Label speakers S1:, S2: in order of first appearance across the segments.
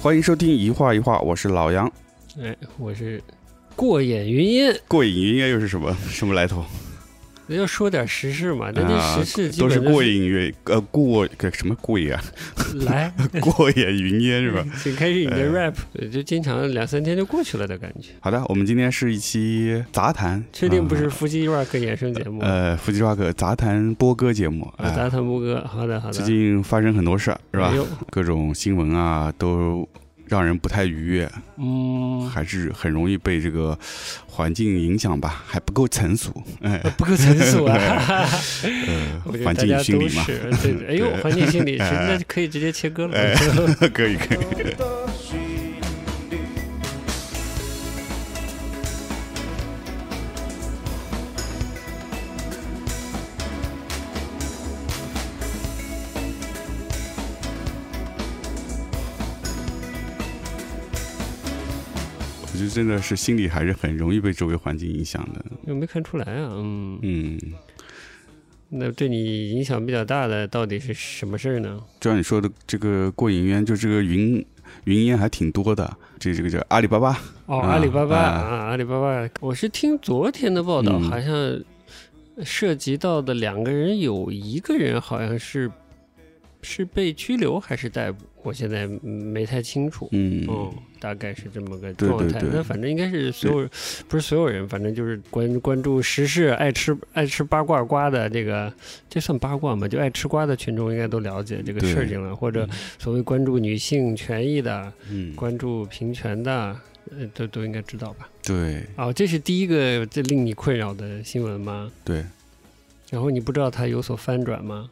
S1: 欢迎收听一画一画，我是老杨。
S2: 哎，我是过眼云烟，
S1: 过瘾云烟又是什么 什么来头？
S2: 要说点实事嘛，那
S1: 啊
S2: 这时事基
S1: 都
S2: 本
S1: 是
S2: 就
S1: 过瘾云呃过 个什么过瘾啊？
S2: 来，
S1: 过眼云烟是吧？
S2: 请开始你
S1: 哎
S2: 的 rap，对就经常两三天就过去了的感觉。
S1: 好的，我们今天是一期杂谈，
S2: 嗯确定不
S1: 嗯
S2: 是夫妻 rock 衍生节目？
S1: 呃夫妻 rock 杂谈播歌节目
S2: 啊，
S1: 哎
S2: 达坦波哥，好的好的，
S1: 最
S2: 哎
S1: 近发生很多事儿是吧
S2: 哎？呦
S1: 各种新闻啊都让人不太愉悦，
S2: 嗯，
S1: 还是很容易被这个环境影响吧，还不够成熟，哎，
S2: 不够成熟 啊！
S1: 呃
S2: 我觉得
S1: 环
S2: 大
S1: 境
S2: 家
S1: 心
S2: 都
S1: 理嘛，
S2: 是，对对，哎呦，环境心理是，
S1: 哎
S2: 那就可以直接切割了。
S1: 哎 可以可以。我觉得真的是心理还是很容易被周围环境影响的，
S2: 又没看出来啊，嗯，
S1: 嗯，
S2: 那对你影响比较大的到底是什么事儿呢？
S1: 就像你说的，这个过瘾烟，就这个云云烟还挺多的，这这个叫阿里巴巴，
S2: 哦，
S1: 啊
S2: 阿里巴巴
S1: 啊
S2: 啊，阿里巴巴，我是听昨天的报道，
S1: 嗯
S2: 好像涉及到的两个人有一个人好像是是被拘留还是逮捕，我现在没太清楚。
S1: 嗯，
S2: 嗯，大概是这么个
S1: 对
S2: 状态。
S1: 对对
S2: 那反正应该是所有，不是所有人，反正就是关关注时事、爱吃爱吃八卦瓜的这个，这算八卦吗？就爱吃瓜的群众应该都了解这个
S1: 对
S2: 事情了，或者所谓关注女性权益的、
S1: 嗯，
S2: 关注平权的，呃，都都应该知道吧？
S1: 对
S2: 哦，这是第一个这令你困扰的新闻吗？
S1: 对，
S2: 然后你不知道它有所翻转吗？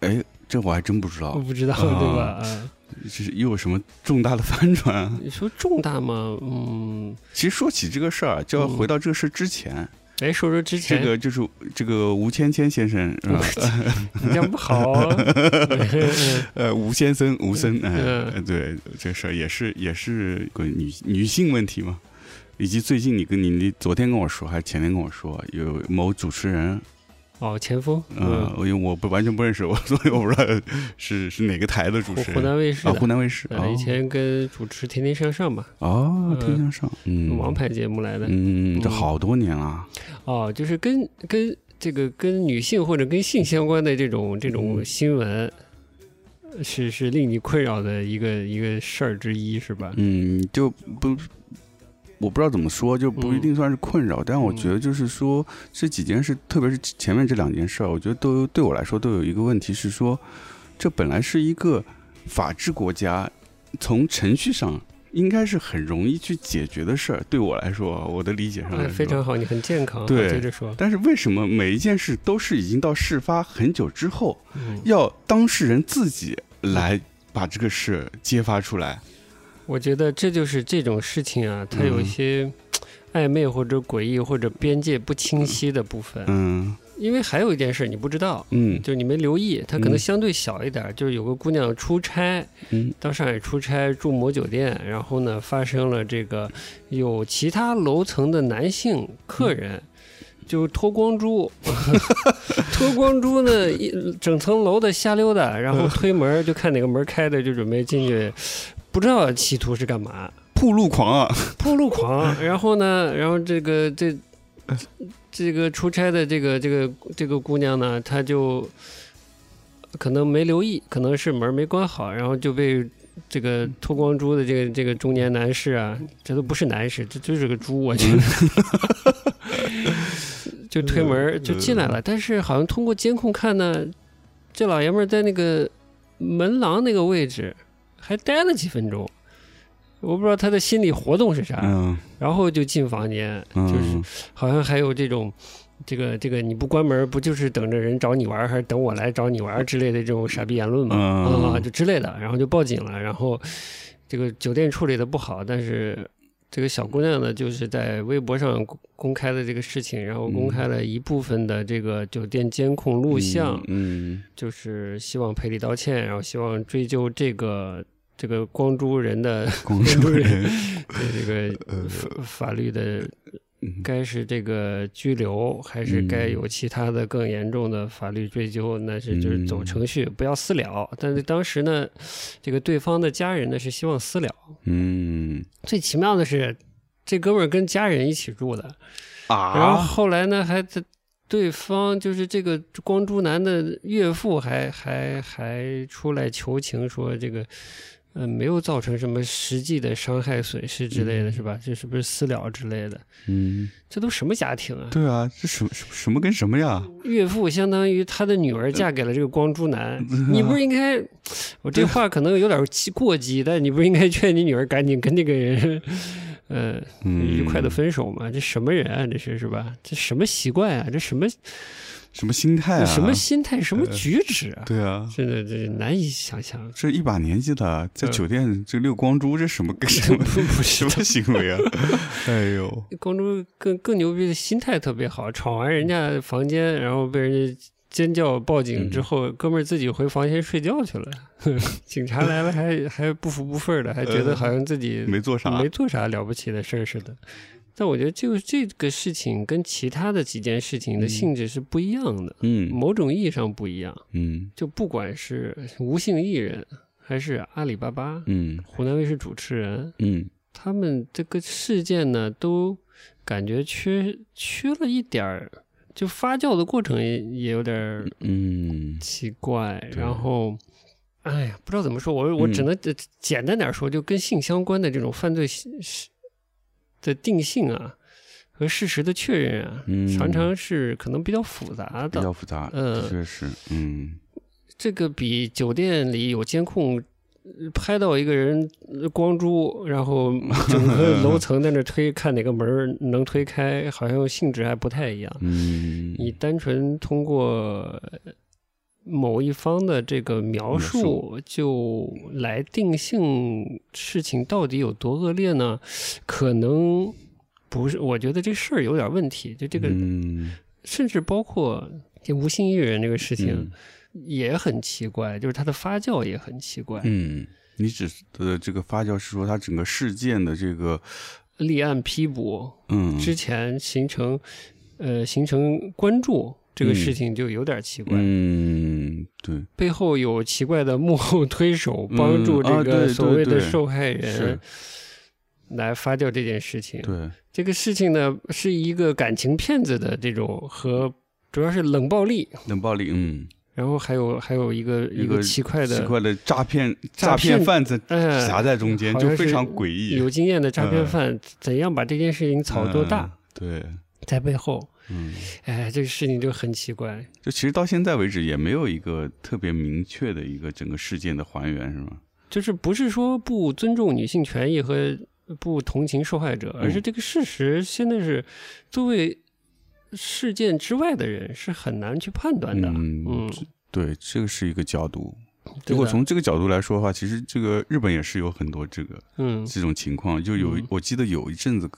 S1: 哎，这我还真不知
S2: 我
S1: 道，
S2: 不知道，
S1: 啊
S2: 对吧？啊，
S1: 这是又有什么重大的翻转啊？
S2: 你说重大吗？嗯，
S1: 其实说起这个事儿，啊就要回到这个事之前，
S2: 哎，嗯说说之
S1: 这
S2: 前
S1: 个就是这个吴谦谦先生是吧？
S2: 你这样不 好、啊。
S1: 呃，吴先生，吴森，哎、
S2: 嗯
S1: 呃对，这事儿也是也是个女女性问题嘛，以及最近你跟你你昨天跟我说，还是前天跟我说，有某主持人，
S2: 哦，前锋，
S1: 呃，因为我不完全不认识我，所以我不知道是 是哪个台的主
S2: 湖
S1: 持
S2: 嗯湖
S1: 人。
S2: 南卫视
S1: 啊，
S2: 的
S1: 湖，南卫视
S2: 呃以前跟主持《天天向上》嘛，
S1: 哦，
S2: 呃
S1: 天向上，嗯，
S2: 王，牌节目来的。
S1: 嗯，这
S2: 嗯
S1: 好多年了，
S2: 哦，就是跟跟这个跟女性或者跟性相关的这种这种
S1: 嗯
S2: 新闻，是是令你困扰的一个一个事儿之一，是吧？
S1: 嗯，就不，我不知道怎么说，就不
S2: 嗯
S1: 一定算是困扰，但我觉得就是说这几件事，特别是前面这两件事儿，我觉得都对我来说都有一个问题是说，这本来是一个法治国家，从程序上应该是很容易去解决的事儿，对我来说，我的理解上来
S2: 哎，
S1: 说
S2: 非常好，你很健康。
S1: 对
S2: 接着说。
S1: 但是为什么每一件事都是已经到事发很久之后，
S2: 嗯，
S1: 要当事人自己来把这个事揭发出来？
S2: 我觉得这就是这种事情啊，它有一
S1: 嗯
S2: 些暧昧或者诡异或者边界不清晰的部分，
S1: 嗯
S2: 因为还有一件事你不知道，
S1: 嗯
S2: 就是你没留意，它可
S1: 嗯
S2: 能相对小一点儿，就是有个姑娘出差
S1: 嗯
S2: 到上海出差住某酒店，然后呢发生了这个有其他楼层的男性客人。就脱光猪， 脱光猪呢，一整层楼的瞎溜达，然后推门儿就看哪个门儿开的，就准备进去，不知道企图是干嘛。
S1: 铺路狂啊！
S2: 铺路狂，然后呢，然后这个这这个出差的这个这个这个姑娘呢，她就可能没留意，可能是门没关好，然后就被这个脱光猪的这个这个中年男士啊，这都不是男士，这就是个猪，我觉得。就推门就进来了，但是好像通过监控看呢，这老爷们儿在那个门廊那个位置还待了几分钟，我不知道他的心理活动是啥。
S1: 嗯，
S2: 然后就进房间，啊就是
S1: 嗯
S2: 好像还有这种，这个这个你不关门，不就是等着人找你玩儿，还是等我来找你玩儿之类的这种傻逼言论嘛？
S1: 嗯
S2: 啊，就之类的，然后就报警了。然后这个酒店处理的不好，但是这个小姑娘呢，就是在微博上公公开了这个事情，然后
S1: 嗯
S2: 公开了一部分的这个酒店监控录像，
S1: 嗯，
S2: 就是希望赔礼道歉，然后希望追究这个这个光洙人的
S1: 光说人，
S2: 对这个
S1: 呃
S2: 法法律的
S1: 嗯
S2: 该是这个拘留，还是该有其他的更严重的法律追究？那是就是走程序，不要私了。但是当时呢，这个对方的家人呢是希望私了。
S1: 嗯
S2: 最奇妙的是，这哥们儿跟家人一起住的，然后
S1: 啊，
S2: 后来呢，还在对方就是这个光洙男的岳父还还还出来求情说这个。嗯，没有造成什么实际的伤害损失之类的，是吧？这是不是私了之类的？
S1: 嗯，
S2: 这都什么家庭啊？
S1: 对啊，这什么什么什么跟什么呀？
S2: 岳父相当于他的女儿嫁给了这个光 洙男，你不是应该，我这话可能有点激过激， 但你不是应该劝你女儿赶紧跟这个人， 呃，
S1: 嗯
S2: 愉快的分手吗？这什么人啊？这是是吧？这什么习惯啊？这什么
S1: 什么心态啊？
S2: 什么心态？什么举止啊？
S1: 对啊，
S2: 真的，这难以 想象。
S1: 这一把年纪了，在
S2: 嗯
S1: 酒店这遛光洙，这什么跟 什么什么行为啊？哎呦，
S2: 光洙更更牛逼的心态特别好，闯完人家房间，
S1: 嗯
S2: 然后被人家尖叫报警之后，哥们儿自己回房间睡觉去了。 警察来了还还不服不忿儿的，还觉得好像自己
S1: 嗯没做啥，
S2: 没做啥了不起的事儿似的。但我觉得就这个事情跟其他的几件事情的性质是不一样的，
S1: 嗯
S2: 某种意义上不一样。
S1: 嗯
S2: 就不管是无姓艺人，还是阿里巴巴、
S1: 嗯
S2: 湖南卫视主持人，
S1: 嗯
S2: 他们这个事件呢，都感觉缺缺了一点儿，就发酵的过程也也有点儿
S1: 嗯
S2: 奇怪。
S1: 对
S2: 然后，哎呀，不知道怎么说，我我
S1: 嗯
S2: 只能呃简单点儿说，就跟性相关的这种犯罪性是的定性啊，和事实的确认啊，
S1: 嗯
S2: 常常是可能比较复杂
S1: 比
S2: 的。
S1: 较复杂，
S2: 呃
S1: 的确是，嗯
S2: 这个比酒店里有监控呃拍到一个人呃光洙，然后整个楼层在那推，看哪个门儿能推开，好像性质还不太一样。
S1: 嗯，
S2: 你单纯通过呃某一方的这个描述，就来定性事情到底有多恶劣呢？可能不是，我觉得这事儿有点问题。就这个，
S1: 嗯
S2: 甚至包括这无心艺人这个事情。
S1: 嗯
S2: 也很奇怪，就是它的发酵也很奇怪。
S1: 嗯，你指的这个发酵是说它整个事件的这个
S2: 立案批捕
S1: 嗯
S2: 之前形成，呃，形成关注这个事情就有点奇怪，
S1: 嗯对
S2: 背后有奇怪的幕后推手帮助
S1: 嗯
S2: 这
S1: 啊对
S2: 个
S1: 对
S2: 所谓的
S1: 对
S2: 受害人
S1: 是
S2: 来发酵这件事情。
S1: 对
S2: 这个事情呢，是一个感情骗子的这种和主要是冷暴力，
S1: 冷暴力嗯
S2: 然后还有还有一个
S1: 一个
S2: 个奇怪的
S1: 奇怪的诈骗
S2: 诈
S1: 诈
S2: 骗
S1: 骗贩子
S2: 哎
S1: 夹在中间
S2: 好
S1: 就
S2: 像
S1: 非
S2: 是
S1: 常诡异
S2: 有经验的诈骗
S1: 嗯
S2: 犯怎样把这件事情炒作大？
S1: 嗯对
S2: 在背后，
S1: 嗯。
S2: 哎，这个事情就很奇怪。
S1: 就其实到现在为止也没有一个特别明确的一个整个事件的还原，是吗？
S2: 就是不是说不尊重女性权益和不同情受害者，
S1: 嗯
S2: 而是这个事实现在是作为事件之外的人是很难去判断的。
S1: 嗯
S2: 嗯，
S1: 对，这个是一个角度。
S2: 对
S1: 如果
S2: 的
S1: 从这个角度来说的话，其实这个日本也是有很多这个
S2: 嗯
S1: 这种情况，就有、
S2: 嗯
S1: 我记得有一阵子，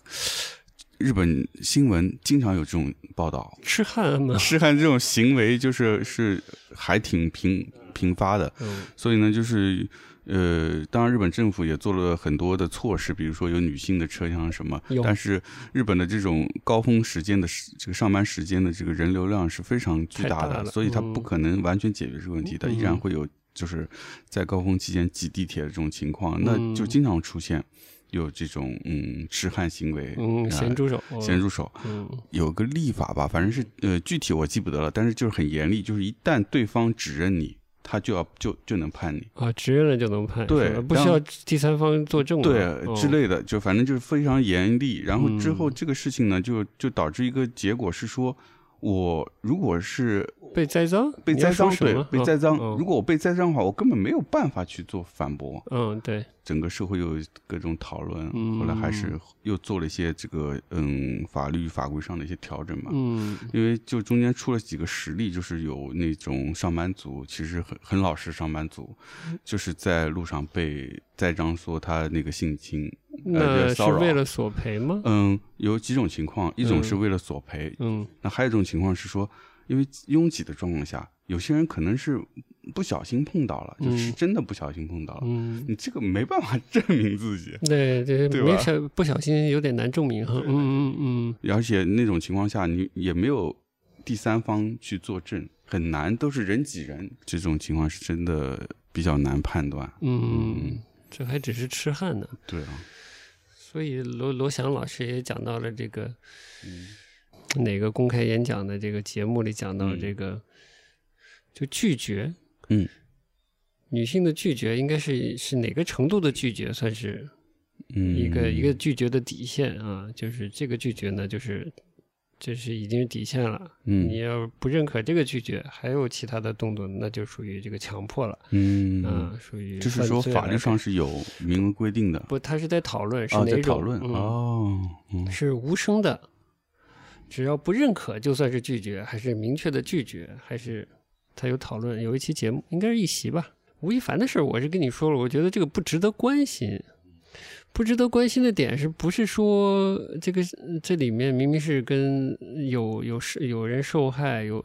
S1: 日本新闻经常有这种报 道，
S2: 痴汉嘛，
S1: 痴汉这种行为就是是还挺频频发的，
S2: 嗯
S1: 所以呢，就是呃，当然日本政府也做了很多的措施，比如说有女性的车厢啊什么
S2: 有，
S1: 但是日本的这种高峰时间的时这个上班时间的这个人流量是非常巨大
S2: 太
S1: 的，
S2: 大了
S1: 所以它
S2: 嗯
S1: 不可能完全解决这个问题，它依然
S2: 嗯
S1: 会有就是在高峰期间挤地铁的这种情况，那就
S2: 嗯
S1: 经常出现有这种嗯痴汉行为，
S2: 嗯，
S1: 啊
S2: 咸猪手，
S1: 咸猪手。
S2: 嗯
S1: 有个立法吧，反正是呃具体我记不得了，但是就是很严厉，就是一旦对方指认你，他就要就就能判你，
S2: 啊，指认了就能判，
S1: 对
S2: 是吧不
S1: 然
S2: 需
S1: 后
S2: 要第三方作证了，
S1: 对、
S2: 哦
S1: 之类的，就反正就是非常严厉。然后
S2: 嗯
S1: 之后这个事情呢，就就导致一个结果是说，我如果是
S2: 哦被栽赃，
S1: 被
S2: 你要
S1: 栽
S2: 说
S1: 赃，
S2: 什
S1: 对
S2: 么，
S1: 被栽赃，
S2: 嗯
S1: 如果我被栽赃的话，我根本没有办法去做反驳。
S2: 嗯，对，
S1: 整个社会有各种讨论，
S2: 嗯
S1: 后来还是又做了一些这个嗯法律法规上的一些调整嘛。
S2: 嗯
S1: 因为就中间出了几个实例，就是有那种上班族，其实很很老实上班族，
S2: 嗯
S1: 就是在路上被栽赃说他那个性侵，呃
S2: 那
S1: 这
S2: 是
S1: 骚扰
S2: 为了索赔吗？
S1: 嗯，有几种情况，一种是为了索赔，
S2: 嗯
S1: 那还有一种情况是说，因为拥挤的状况下，有些人可能是不小心碰到了，
S2: 嗯
S1: 就是真的不小心碰到了，
S2: 嗯，
S1: 你这个没办法 证明自己。
S2: 对对，
S1: 对
S2: 没
S1: 吧
S2: 小不小心有点难证明哈，嗯嗯嗯，
S1: 而且那种情况下，你也没有第三方去作证，很难，都是人挤人。这种情况是真的比较难判断。
S2: 嗯，这还只是痴汉呢。
S1: 对啊，
S2: 所以罗罗翔老师也讲到了这个，嗯哪个公开演讲的这个节目里讲到这个，就拒绝，
S1: 嗯，
S2: 女性的拒绝应该是是哪个程度的拒绝算是
S1: 嗯，
S2: 一个、一个拒绝的底线啊？就是这个拒绝呢，就是这是已经是底线了。你
S1: 嗯
S2: 要不认可这个拒绝，还有其他的动作，那就属于这个强迫了，
S1: 嗯
S2: 啊，属于
S1: 就是
S2: 犯
S1: 说
S2: 罪
S1: 法
S2: 了
S1: 律上是有明文规定的。
S2: 不，他是在讨论是
S1: 哦，
S2: 哪
S1: 在
S2: 种
S1: 讨论
S2: 嗯
S1: 哦，嗯
S2: 是无声的，只要不认可，就算是拒绝，还是明确的拒绝，还是他有讨论，有一期节目应该是一席吧。吴亦凡的事儿，我是跟你说了，我觉得这个不值得关心。不值得关心的点是不是说这个这里面明明是跟有有是有人受害，有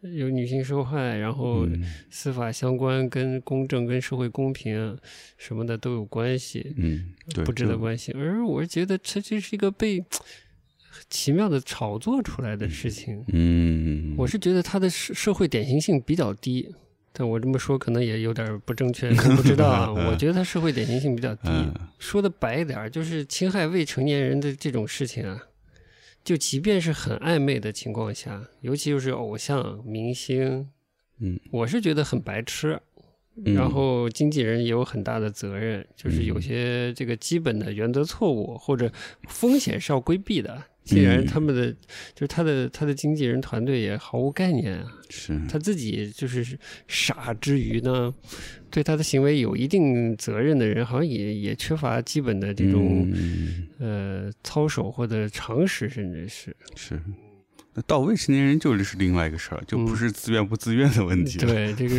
S2: 有女性受害，然后
S1: 嗯
S2: 司法相关跟公正、跟社会公平啊什么的都有关系。
S1: 嗯，对，
S2: 不值
S1: 这
S2: 得关心。而我是觉得这这是一个被奇妙的炒作出来的事情。
S1: 嗯，
S2: 我是觉得它的社社会典型性比较低，但我这么说可能也有点不正确，我不知道 啊。我觉得它社会典型性比较低。
S1: 嗯
S2: 说的白一点儿，就是侵害未成年人的这种事情啊。就即便是很暧昧的情况下，尤其就是偶像、明星，
S1: 嗯，
S2: 我是觉得很白痴，
S1: 嗯
S2: 然后经纪人也有很大的责任，就是有些这个基本的原则错误或者风险是要规避的。既
S1: 嗯
S2: 然他们的就是他的他的经纪人团队也毫无概念啊，
S1: 嗯是
S2: 他自己就是傻之余呢，对他的行为有一定责任的人，好像也也缺乏基本的这种、
S1: 嗯
S2: 呃操守或者常识，甚至是
S1: 是。那到未成年人就是另外一个事儿，就不
S2: 嗯
S1: 是自愿不自愿的问题了。
S2: 对这个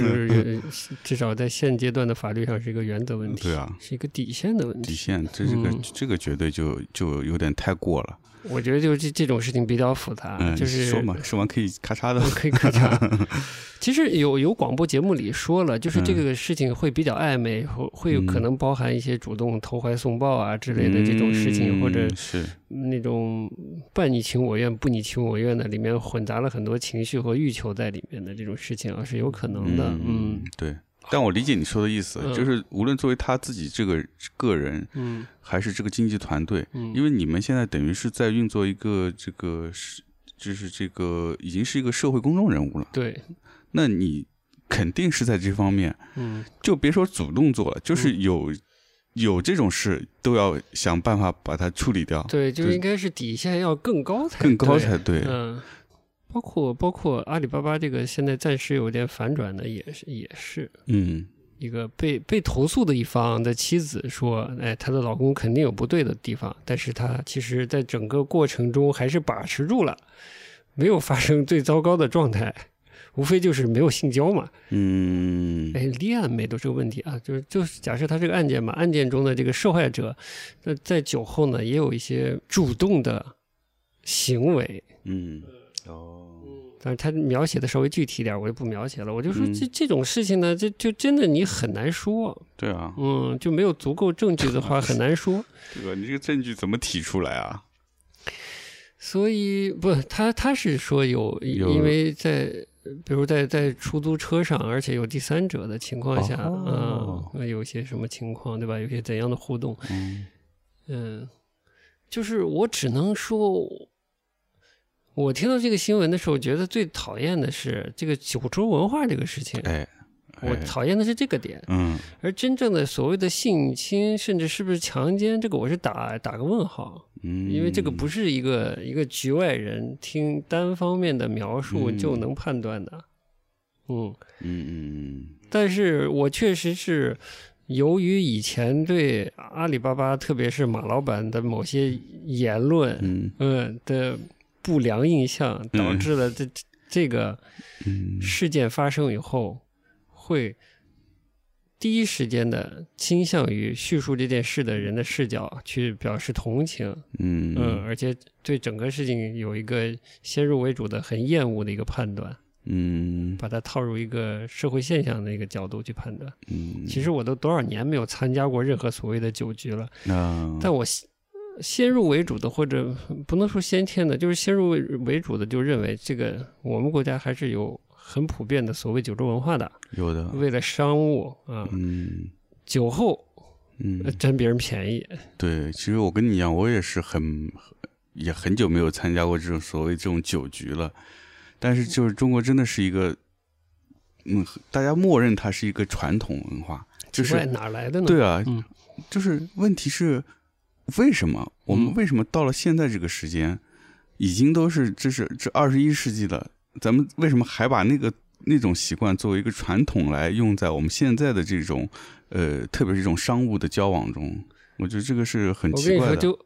S2: 是至少在现阶段的法律上是一个原则问题，
S1: 对啊
S2: 是一个底线的问题
S1: 底。线，这这个、
S2: 嗯
S1: 这个绝对就就有点太过了。
S2: 我觉得就这这种事情比较复杂，
S1: 嗯，
S2: 啊就是
S1: 说嘛，说完可以咔嚓的。
S2: 可以看一 下。其实有有广播节目里说了，就是
S1: 嗯
S2: 这个事情会比较暧昧，会会有可能包含一些主动投怀送抱啊之类的这种事情，
S1: 嗯
S2: 或者
S1: 是
S2: 那种嗯半你情我愿、不你情我愿的，里面混杂了很多情绪和欲求在里面的这种事情啊，是有可能的。嗯
S1: 对。但我理解你说的意思，
S2: 嗯
S1: 就是无论作为他自己这个个人，
S2: 嗯
S1: 还是这个经济团队，
S2: 嗯，
S1: 因为你们现在等于是在运作一个这个是，就是这个已经是一个社会公众人物了，
S2: 对，
S1: 那你肯定是在这方面，
S2: 嗯
S1: 就别说主动做了，就是有、有这种事都要想办法把它处理掉，
S2: 对，就
S1: 对
S2: 应该是底线要更高才
S1: 更高
S2: 对
S1: 才对。
S2: 嗯，包括包括阿里巴巴这个现在暂时有点反转的，也是也是
S1: 嗯
S2: 一个被被投诉的一方的妻子说，哎，她的老公肯定有不对的地方，但是她其实在整个过程中还是把持住了，没有发生最糟糕的状态。无非就是没有性交嘛，
S1: 嗯，
S2: 哎，立案没都是个问题啊，就是就是假设他这个案件嘛，案件中的这个受害者，那在酒后呢也有一些主动的行为，
S1: 嗯，哦，
S2: 但是他描写的稍微具体一点，我就不描写了。我就说
S1: 嗯
S2: 这、这种事情呢，这就真的你很难说，
S1: 对啊，
S2: 嗯，就没有足够证据的话很难说。
S1: 这个你这个证据怎么提出来啊？
S2: 所以不，他他是说有，
S1: 有
S2: 因为在比如在在出租车上，而且有第三者的情况下，
S1: 哦
S2: 嗯，有一些什么情况，对吧？有些怎样的互动，
S1: 嗯
S2: 嗯，就是我只能说，我听到这个新闻的时候，觉得最讨厌的是这个酒桌文化这个事情。
S1: 哎，
S2: 我
S1: 哎，
S2: 讨厌的是这个点，
S1: 嗯
S2: 而真正的所谓的性侵，甚至是不是强奸，这个我是打打个问号，
S1: 嗯，
S2: 因为这个不是一个一个局外人听单方面的描述
S1: 嗯
S2: 就能判断的。嗯，
S1: 嗯，嗯
S2: 但是我确实是由于以前对阿里巴巴，特别是马老板的某些言论，
S1: 嗯
S2: 嗯的不良印象，导致了这、这个
S1: 嗯
S2: 事件发生以后，会第一时间的倾向于叙述这件事的人的视角去表示同情，
S1: 嗯
S2: 嗯，而且对整个事情有一个先入为主的很厌恶的一个判断，
S1: 嗯
S2: 把它套入一个社会现象的一个角度去判断。
S1: 嗯，
S2: 其实我都多少年没有参加过任何所谓的酒局了，
S1: 嗯那
S2: 但我先先入为主的，或者不能说先天的，就是先入为主的就认为这个我们国家还是有很普遍的所谓酒桌文化的，
S1: 有的，
S2: 为了商务啊，
S1: 啊嗯
S2: 酒后呃
S1: 嗯，
S2: 占别人便宜，
S1: 对，其实我跟你一样，我也是很也很久没有参加过这种所谓这种酒局了，但是就是中国真的是一个，嗯，大家默认它是一个传统文化，就是
S2: 怪哪来的呢？
S1: 对啊，
S2: 嗯
S1: 就是问题是为什么我们
S2: 嗯
S1: 为什么到了现在这个时间，已经都是这是这二十一世纪了，咱们为什么还把那个那种习惯作为一个传统来用在我们现在的这种呃，特别是这种商务的交往中？我觉得这个是很
S2: 我跟
S1: 奇
S2: 你
S1: 怪
S2: 说
S1: 的。
S2: 就。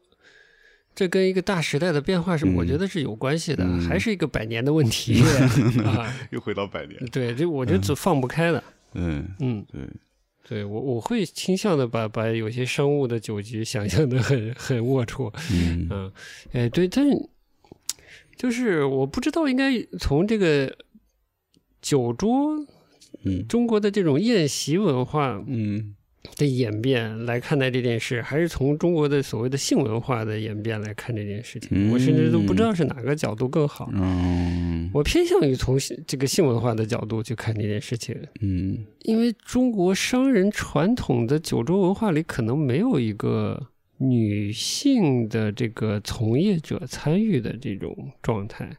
S2: 这跟一个大时代的变化是，
S1: 嗯
S2: 我觉得是有关系的，
S1: 嗯
S2: 还是一个百年的问 题啊！
S1: 又回到百年，
S2: 对，这我觉得这放不开的，
S1: 嗯，
S2: 嗯，
S1: 对，
S2: 对我我会倾向的把把有些商务的酒局想象的很很龌龊，
S1: 嗯
S2: 嗯，哎对，但是就是我不知道应该从这个酒桌
S1: 嗯
S2: 中国的这种宴席文化
S1: 嗯
S2: 的演变来看待这件事，还是从中国的所谓的性文化的演变来看这件事情，我甚至都不知道是哪个角度更好。
S1: 嗯
S2: 我偏向于从这个性文化的角度去看这件事情，
S1: 嗯
S2: 因为中国商人传统的九州文化里，可能没有一个女性的这个从业者参与的这种状态。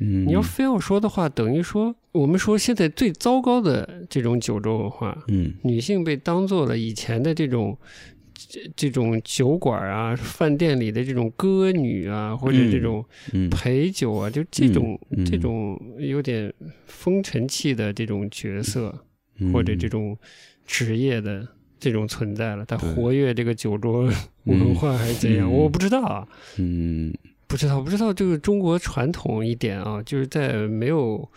S1: 嗯，
S2: 你要非要说的话，等于说我们说现在最糟糕的这种九州文化，
S1: 嗯
S2: 女性被当做了以前的这种。这这种酒馆啊、饭店里的这种歌女啊，或者这种
S1: 嗯
S2: 陪酒啊，就这种、
S1: 嗯嗯
S2: 这种有点风尘气的这种角色，
S1: 嗯
S2: 或者这种职业的这种存在了。它
S1: 对
S2: 活跃这个酒桌文化还是怎样，
S1: 嗯
S2: 我不知道啊，
S1: 嗯
S2: 不知道，不知道。就是中国传统一点啊，就是在没有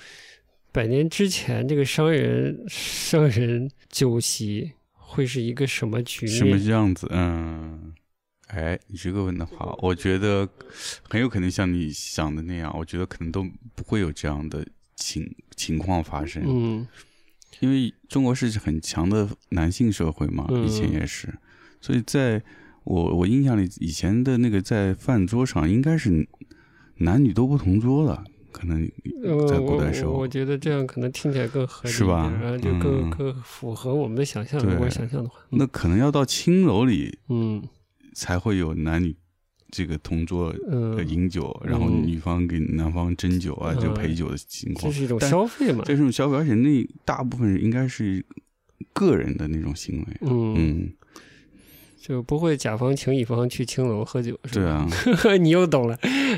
S2: 百年之前，这个商人商人酒席会是一个什么局
S1: 什么
S2: 面？
S1: 样子？嗯，哎，你这个问的好，我觉得很有可能像你想的那样，我觉得可能都不会有这样的情情况发生，
S2: 嗯
S1: 因为中国是很强的男性社会嘛，
S2: 嗯
S1: 以前也是，所以在我我印象里，以前的那个在饭桌上应该是男女都不同桌的，可能
S2: 呃
S1: 在古
S2: 我
S1: 代时
S2: 我
S1: 候
S2: 我，觉得这样可能听起来更合理一
S1: 是吧
S2: 点然后就
S1: 嗯
S2: 更、更符合我们的想象。
S1: 对
S2: 如果想象的话，
S1: 那可能要到青楼里
S2: 嗯
S1: 才会有男女这个同桌呃
S2: 嗯，
S1: 饮酒，然后
S2: 嗯
S1: 女方给男方斟酒啊，就
S2: 嗯
S1: 陪酒的情况
S2: 这，是一种
S1: 但
S2: 消费嘛
S1: 这。是种消费，而且那大部分人应该是个人的那种行为。
S2: 嗯，
S1: 嗯，
S2: 就不会甲方请乙方去青楼喝酒，是吧？
S1: 对 啊，
S2: 你又懂了。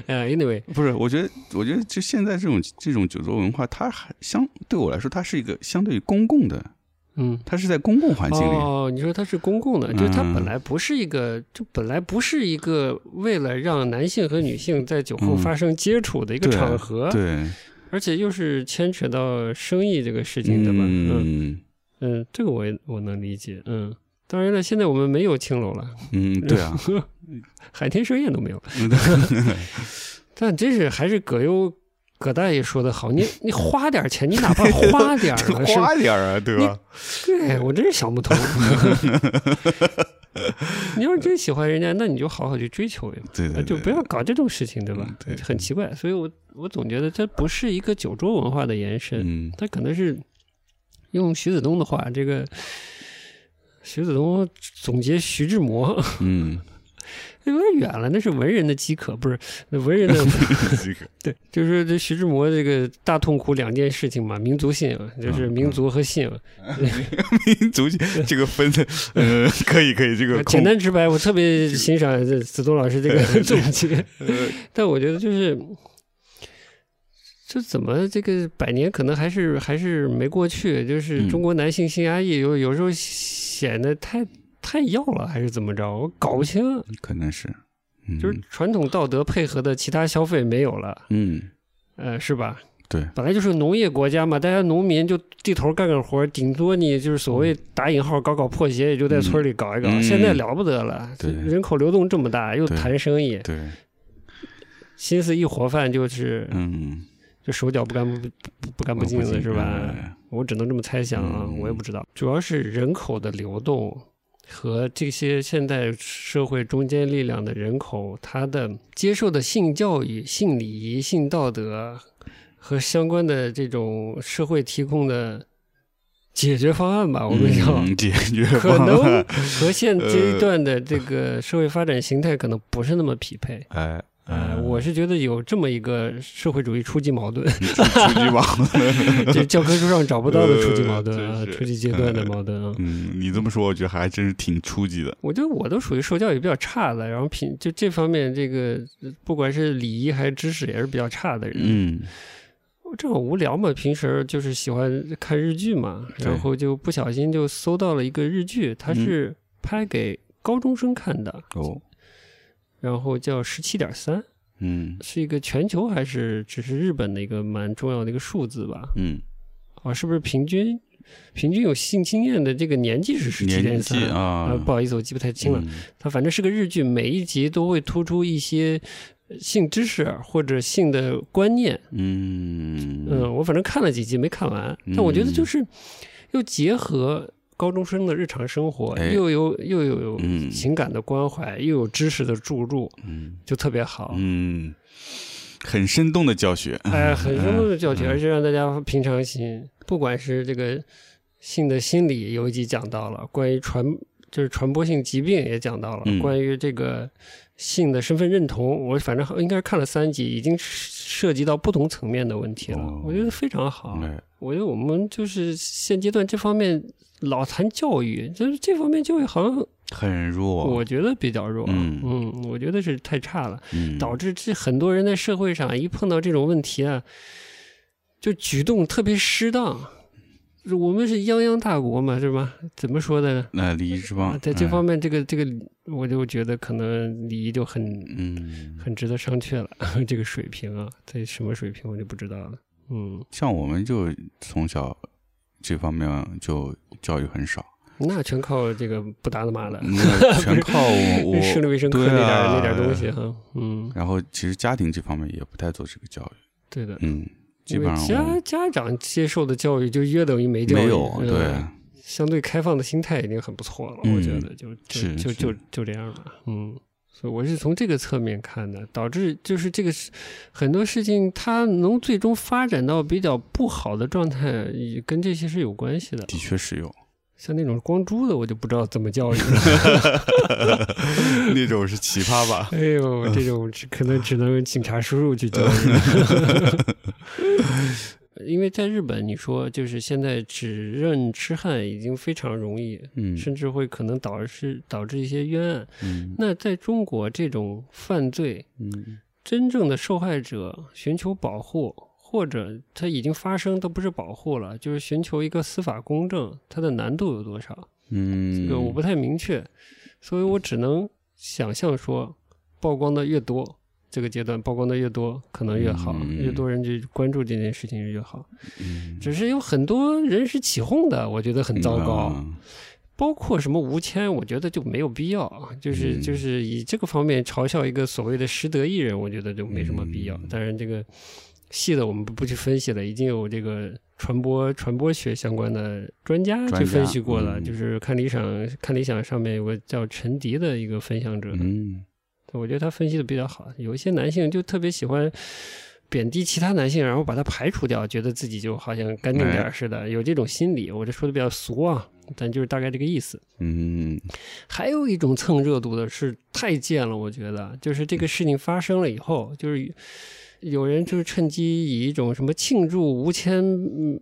S2: 呃、，anyway，
S1: 不是，我觉得，我觉得就现在这种这种酒桌文化，它还相对我来说，它是一个相对于公共的，
S2: 嗯，
S1: 它是在公共环境里，
S2: 哦，你说它是公共的，
S1: 嗯
S2: 就是它本来不是一个，就本来不是一个为了让男性和女性在酒后
S1: 嗯
S2: 发生接触的一个
S1: 对
S2: 场合，
S1: 对，嗯
S2: 而且又是牵扯到生意这个事情，对吧？嗯
S1: 嗯
S2: 嗯，这个我也我能理解，嗯。当然了，现在我们没有青楼了，
S1: 嗯，对 啊，
S2: 海天盛宴都没有。但真是还是葛优葛大爷说的好，你你花点钱，你哪怕花 点了，是吧？
S1: 花点儿啊，对吧？
S2: 对我真是想不通。 你要是真喜欢人家，那你就好好去追求呀，
S1: 对对，对嗯
S2: 就不要搞这种事情，对吧？
S1: 对
S2: 很奇怪，所以我我总觉得这不是一个酒桌文化的延伸，
S1: 嗯
S2: 它可能是用徐子东的话，这个徐子东总结徐志摩
S1: 嗯，
S2: 有点远了，那是文人的饥渴，不是那文 人的
S1: 这个
S2: 对，就是这徐志摩这个大痛苦两件事情嘛，民族信仰就是
S1: 嗯
S2: 民族和信仰。
S1: 民族这个分的，呃，可以可以，这
S2: 啊
S1: 个
S2: 简单直白，我特别欣赏这子东老师这个 总结。 但我觉得就是，这怎么这个百年可能还是还是没过去，就是
S1: 嗯
S2: 中国男性性压抑有有时候显得太太要了，还是怎么着？我搞不清，
S1: 可能是，嗯
S2: 就是传统道德配合的其他消费没有了，
S1: 嗯，
S2: 呃，是吧？
S1: 对，
S2: 本来就是农业国家嘛，大家农民就地头干干活，顶多你就是所谓打引号搞搞破鞋，也就在村里搞一搞。
S1: 嗯
S2: 现在了不得了，
S1: 对
S2: 人口流动这么大，又
S1: 对
S2: 谈生意，
S1: 对，
S2: 心思一活泛就是
S1: 嗯
S2: 这手脚不干不不不干不净的是吧？
S1: 哎
S2: 我只能这么猜想啊，
S1: 嗯
S2: 我也不知道。主要是人口的流动和这些现代社会中坚力量的人口，他的接受的性教育、性礼仪、性道德和相关的这种社会提供的解决方案吧，我跟你讲。
S1: 嗯解决
S2: 可
S1: 方
S2: 能
S1: 案呃
S2: 和现阶段的这个社会发展形态可能不是那么匹配，
S1: 哎，
S2: 呃，
S1: 嗯
S2: 我是觉得有这么一个社会主义初级矛盾，
S1: 出去吧。
S2: 就是教科书上找不到的初级矛盾
S1: 呃
S2: 啊，
S1: 真是
S2: 初级阶段的矛盾啊。
S1: 嗯，你这么说，我觉得还真是挺初级的。
S2: 我觉得我都属于受教育比较差的，然后品就这方面这个，呃不管是礼仪还是知识，也是比较差的人。
S1: 嗯，
S2: 我正好无聊嘛，平时就是喜欢看日剧嘛，
S1: 对嗯
S2: 然后就不小心就搜到了一个日剧，它是拍给高中生看的，
S1: 哦，
S2: 然后叫《十七点三》，
S1: 嗯
S2: 是一个全球还是只是日本的一个蛮重要的一个数字吧？
S1: 嗯，
S2: 啊，是不是平均平均有性经验的这个年纪是十七
S1: 年
S2: 点
S1: 纪
S2: 三？
S1: 啊
S2: 啊，，不好意思，我记不太清了。
S1: 嗯，
S2: 它反正是个日剧，每一集都会突出一些呃性知识或者性的观念。
S1: 嗯
S2: 嗯，我反正看了几集没看完，但我觉得就是又结合高中生的日常生活，
S1: 哎
S2: 又有又有
S1: 嗯
S2: 情感的关怀，又有知识的注入，
S1: 嗯
S2: 就特别好。
S1: 嗯，很生动的教学。
S2: 哎，很生动的教学，
S1: 嗯
S2: 而且让大家平常心。不管是这个性的心理，有一集讲到了关于传，就是传播性疾病也讲到了，
S1: 嗯
S2: 关于这个性的身份认同，我反正应该是看了三集，已经涉及到不同层面的问题了，
S1: 哦
S2: 我觉得非常好。
S1: 哎，
S2: 我觉得我们就是现阶段这方面老谈教育，就是这方面教育好像
S1: 很弱。
S2: 我觉得比较弱，
S1: 嗯
S2: 嗯，我觉得是太差了。
S1: 嗯
S2: 导致这很多人在社会上一碰到这种问题啊，就举动特别失当。我们是泱泱大国嘛，是吧？怎么说的呢？
S1: 那礼仪之
S2: 啊
S1: 邦，
S2: 在这
S1: 哎
S2: 方面，这个这个，我就觉得可能礼仪就很
S1: 嗯，
S2: 很值得商榷了。 这个水平啊，在什么水平我就不知道了。嗯，
S1: 像我们就从小这方面就教育很 少，
S2: 那全靠这个不打的骂的，
S1: 那全靠 我嗯我
S2: 生理卫生科那
S1: 对
S2: 点、
S1: 啊
S2: 那点东西哈。嗯，
S1: 然后其实家庭这方面也不太做这个教育，
S2: 对的。
S1: 嗯，基
S2: 因为
S1: 本上
S2: 家
S1: 我
S2: 家长接受的教育就约等于没教育，
S1: 没有，
S2: 嗯
S1: 对，
S2: 相对开放的心态已经很不错了，
S1: 嗯
S2: 我觉得就就是就是就就这样吧，嗯。所以我是从这个侧面看的，导致就是这个是很多事情它能最终发展到比较不好的状态，也跟这些是有关系的。
S1: 的确是有
S2: 像那种光猪的，我就不知道怎么教育了。
S1: 那种是奇葩吧？
S2: 哎呦，这种只可能只能警察叔叔去教育。 因为在日本，你说就是现在只认痴汉已经非常容易，
S1: 嗯，
S2: 甚至会可能导致导致一些冤案。
S1: 嗯
S2: 那在中国，这种犯罪
S1: 嗯
S2: 真正的受害者寻求保护，或者他已经发生，都不是保护了，就是寻求一个司法公正，它的难度有多少？
S1: 嗯，
S2: 这个我不太明确，所以我只能想象说，曝光的越多。这个阶段曝光的越多，可能越好，
S1: 嗯
S2: 越多人去关注这件事情越好。
S1: 嗯
S2: 只是有很多人是起哄的，我觉得很糟糕。
S1: 嗯
S2: 包括什么吴谦，我觉得就没有必要，啊就是
S1: 嗯
S2: 就是以这个方面嘲笑一个所谓的师德艺人，我觉得就没什么必要
S1: 嗯。
S2: 当然，这个细的我们不不去分析了，已经有这个传播传播学相关的专家
S1: 专
S2: 去
S1: 家
S2: 分析过了。
S1: 嗯
S2: 就是看理想，看理想上面有个叫陈迪的一个分享者，
S1: 嗯
S2: 我觉得他分析的比较好。有一些男性就特别喜欢贬低其他男性，然后把他排除掉，觉得自己就好像干
S1: 哎
S2: 净点儿似的，有这种心理。我这说的比较俗啊，但就是大概这个意思。
S1: 嗯
S2: 还有一种蹭热度的是太贱了，我觉得就是这
S1: 嗯
S2: 个事情发生了以后，就是有人就是趁机以一种什么庆祝吴谦嗯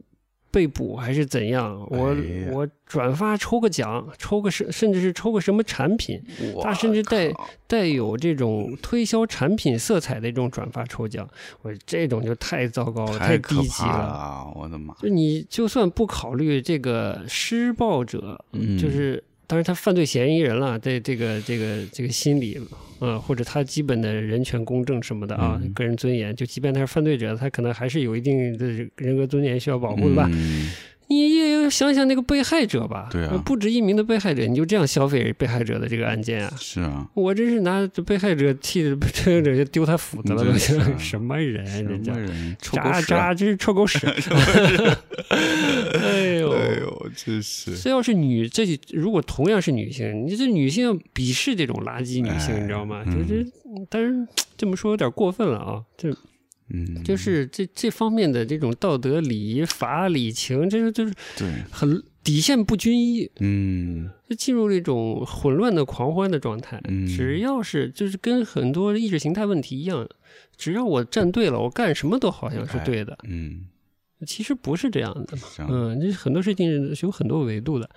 S2: 被捕还是怎样，我、
S1: 哎呀
S2: 我转发抽个奖，抽个甚甚至是抽个什么产品，他甚至带带有这种推销产品色彩的一种转发抽奖，我这种就哦太糟糕了，
S1: 太可
S2: 低级
S1: 怕了啊，我的妈！
S2: 就你就算不考虑这个施暴者，
S1: 嗯
S2: 就是当然他犯罪嫌疑人了，在这个这个这个心理啊、呃或者他基本的人权公正什么的啊，
S1: 嗯
S2: 个人尊严，就即便他是犯罪者，他可能还是有一定的人格尊严需要保护的吧。
S1: 嗯
S2: 你也要想想那个被害者吧，
S1: 对啊
S2: 不止一名的被害者，你就这样消费被害者的这个案件啊，
S1: 是啊，
S2: 我真是拿被害者替这个人丢他斧子了，
S1: 真
S2: 都
S1: 是啊
S2: 什么人啊，人
S1: 什
S2: 家
S1: 么人臭狗
S2: 渣
S1: 屎啊！
S2: 渣，真是臭 狗屎！哎呦，
S1: 哎呦，真是，
S2: 这要是女，这如果同样是女性，你这女性鄙视这种垃圾女性，
S1: 哎
S2: 你知道吗？
S1: 嗯
S2: 就是，但是这么说有点过分了啊！这
S1: 嗯，
S2: 就是这这方面的这种道德、礼仪、法理、情，这是就是
S1: 对，
S2: 很底线不均一，
S1: 嗯，
S2: 就进入了一种混乱的狂欢的状态。
S1: 嗯
S2: 只要是就是跟很多意识形态问题一样，只要我站对了，我干什么都好像是
S1: 哎
S2: 对的，
S1: 嗯，
S2: 其实不是这样的。
S1: 这样，
S2: 嗯，这很多事情是有很多维度的，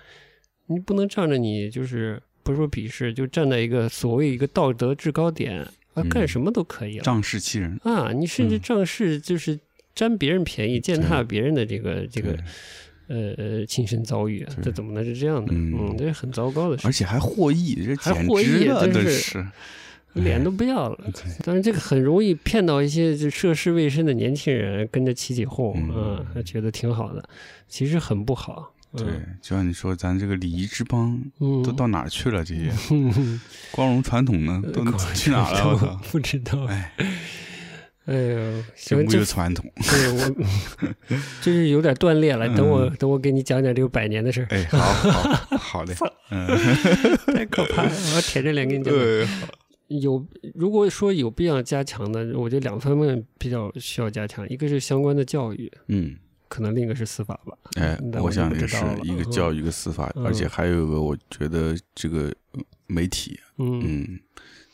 S2: 你不能仗着你就是不是说鄙视，就站在一个所谓一个道德制高点啊，干
S1: 嗯
S2: 什么都可以了、
S1: 仗势欺人，
S2: 啊，你甚至
S1: 嗯
S2: 仗势就是占别人便宜，践踏别人的这个这个
S1: 对
S2: 呃呃亲身遭遇啊，这
S1: 对
S2: 怎么能是这样的？
S1: 嗯
S2: 嗯，这是很糟糕的事
S1: 而，且还获益，这
S2: 还
S1: 简
S2: 获益
S1: 直了，
S2: 真
S1: 真
S2: 是
S1: 是，
S2: 嗯
S1: 哎
S2: 脸都不要了。
S1: 对
S2: 当然，这个很容易骗到一些就涉世未深的年轻人跟着起起哄
S1: 嗯
S2: 啊，觉得挺好的，其实很不好。
S1: 对，就像你说，咱这个礼仪之邦
S2: 嗯，
S1: 都
S2: 嗯，呃
S1: 到哪儿去了？这 些光荣传统呢，都去哪儿了？我操！
S2: 不知道。
S1: 哎，
S2: 哎呦，
S1: 这
S2: 行，
S1: 没
S2: 这
S1: 有传统，
S2: 对我这是有点断裂了。等我
S1: 嗯
S2: 等我给你讲讲这个百年的事儿，
S1: 哎，好好好 嘞，嗯，
S2: 太可怕了！我要舔着脸给你讲。
S1: 对，
S2: 有如果说有必要加强的，我觉得两方面比较需要加强，一个是相关的教育，
S1: 嗯。
S2: 可能另一个是司法吧。
S1: 哎
S2: 嗯那，我
S1: 我
S2: 就
S1: 想
S2: 不
S1: 也
S2: 知
S1: 是
S2: 道了
S1: 一个
S2: 嗯
S1: 教育，一个司法，而且
S2: 嗯
S1: 还有一个，我觉得这个呃媒体，
S2: 嗯，
S1: 嗯，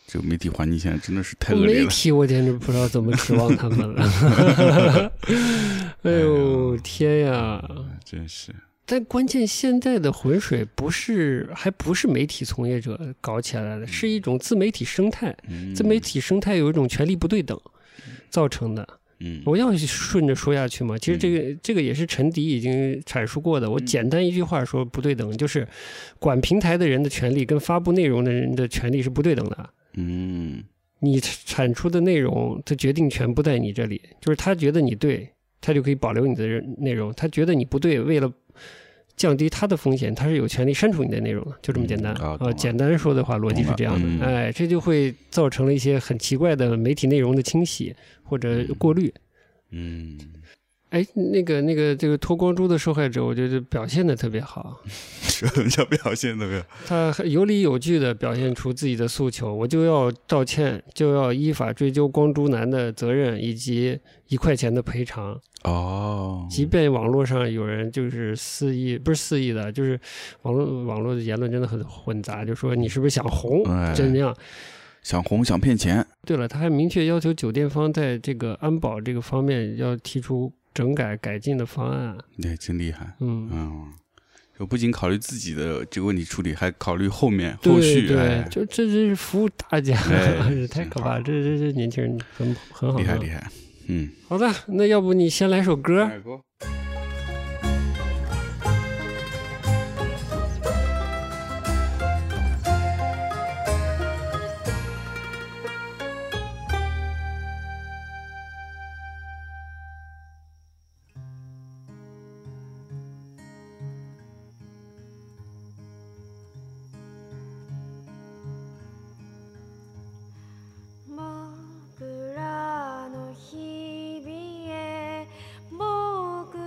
S1: 这个媒体环境现在真的是太恶劣
S2: 媒
S1: 了。
S2: 体我简直不知道怎么指望他们了。 哎呦天呀！
S1: 哎真是，
S2: 但关键现在的浑水不是还不是媒体从业者搞起来的，是一种自媒体生态。
S1: 嗯
S2: 自媒，体生态有一种权力不对等造成的。
S1: 嗯，
S2: 我要顺着说下去嘛，其实这个这个也是陈迪已经阐述过的。我简单一句话说不对等，就是管平台的人的权利跟发布内容的人的权利是不对等的。
S1: 嗯，
S2: 你产出的内容的决定权不在你这里，就是他觉得你对，他就可以保留你的人内容；他觉得你不对，为了降低他的风险，他是有权利删除你的内容的，就这么简单。
S1: 嗯啊懂
S2: 呃，
S1: 了
S2: 简单说的话，逻辑是这样的。
S1: 懂了嗯
S2: 哎，这就会造成了一些很奇怪的媒体内容的清洗或者过滤。
S1: 嗯，
S2: 哎，那个那个这个脱光珠的受害者，我觉得表现的特别好，
S1: 要表现怎么样？
S2: 他有理有据的表现出自己的诉求，我就要道歉，就要依法追究光珠男的责任以及一块钱的赔偿。
S1: 哦，
S2: 即便网络上有人就是肆意，不是肆意的，就是网络网络的言论真的很混杂，就说你是不是想红，
S1: 哎
S2: 怎样？
S1: 想红想骗钱，
S2: 对了，他还明确要求酒店方在这个安保这个方面要提出整改改进的方案。
S1: 那哎真厉害，
S2: 嗯，
S1: 嗯，就不仅考虑自己的这个问题处理，还考虑后面
S2: 对
S1: 后续，
S2: 对
S1: 哎，
S2: 就这真是服务大家，
S1: 哎
S2: 是 太可怕了，这这这年轻人很很好
S1: 厉害
S2: 啊
S1: 厉害，嗯，
S2: 好的，那要不你先来首歌？
S3: 僕らの日々へ僕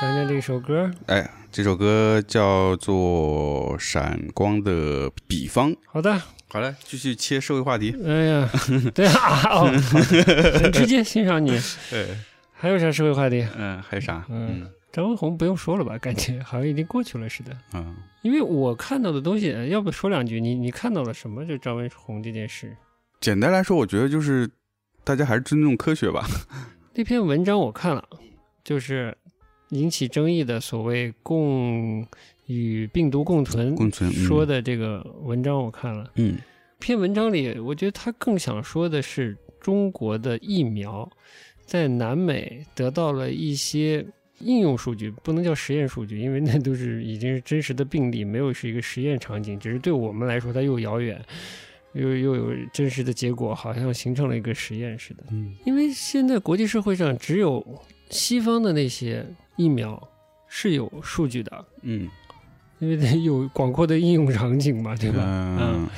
S2: 讲讲这首歌。
S1: 哎，这首歌叫做《闪光的比方》。
S2: 好的，
S1: 好了，继续切社会话题。
S2: 哎 呀，对啊，哦，很直接欣赏你。
S1: 哎，
S2: 还有啥社会话题？
S1: 嗯，还有啥？嗯
S2: 嗯张文红不用说了吧？感觉 好像已经过去了似的。
S1: 嗯，
S2: 因为我看到的东西，呃要不说两句，你你看到了什么？就张文红这件事，
S1: 简单来说，我觉得就是大家还是尊重科学吧。
S2: 那篇文章我看了，就是引起争议的所谓共与病毒共存
S1: 共存嗯
S2: 说的这个文章我看了。
S1: 嗯
S2: 篇文章里，我觉得他更想说的是中国的疫苗在南美得到了一些应用数据，不能叫实验数据，因为那都是已经是真实的病例，没有是一个实验场景，只是对我们来说它又遥远，又又有真实的结果，好像形成了一个实验似的。
S1: 嗯
S2: 因为现在国际社会上只有西方的那些疫苗是有数据的，
S1: 嗯
S2: 因为它有广阔的应用场景嘛，对吧？
S1: 嗯
S2: 嗯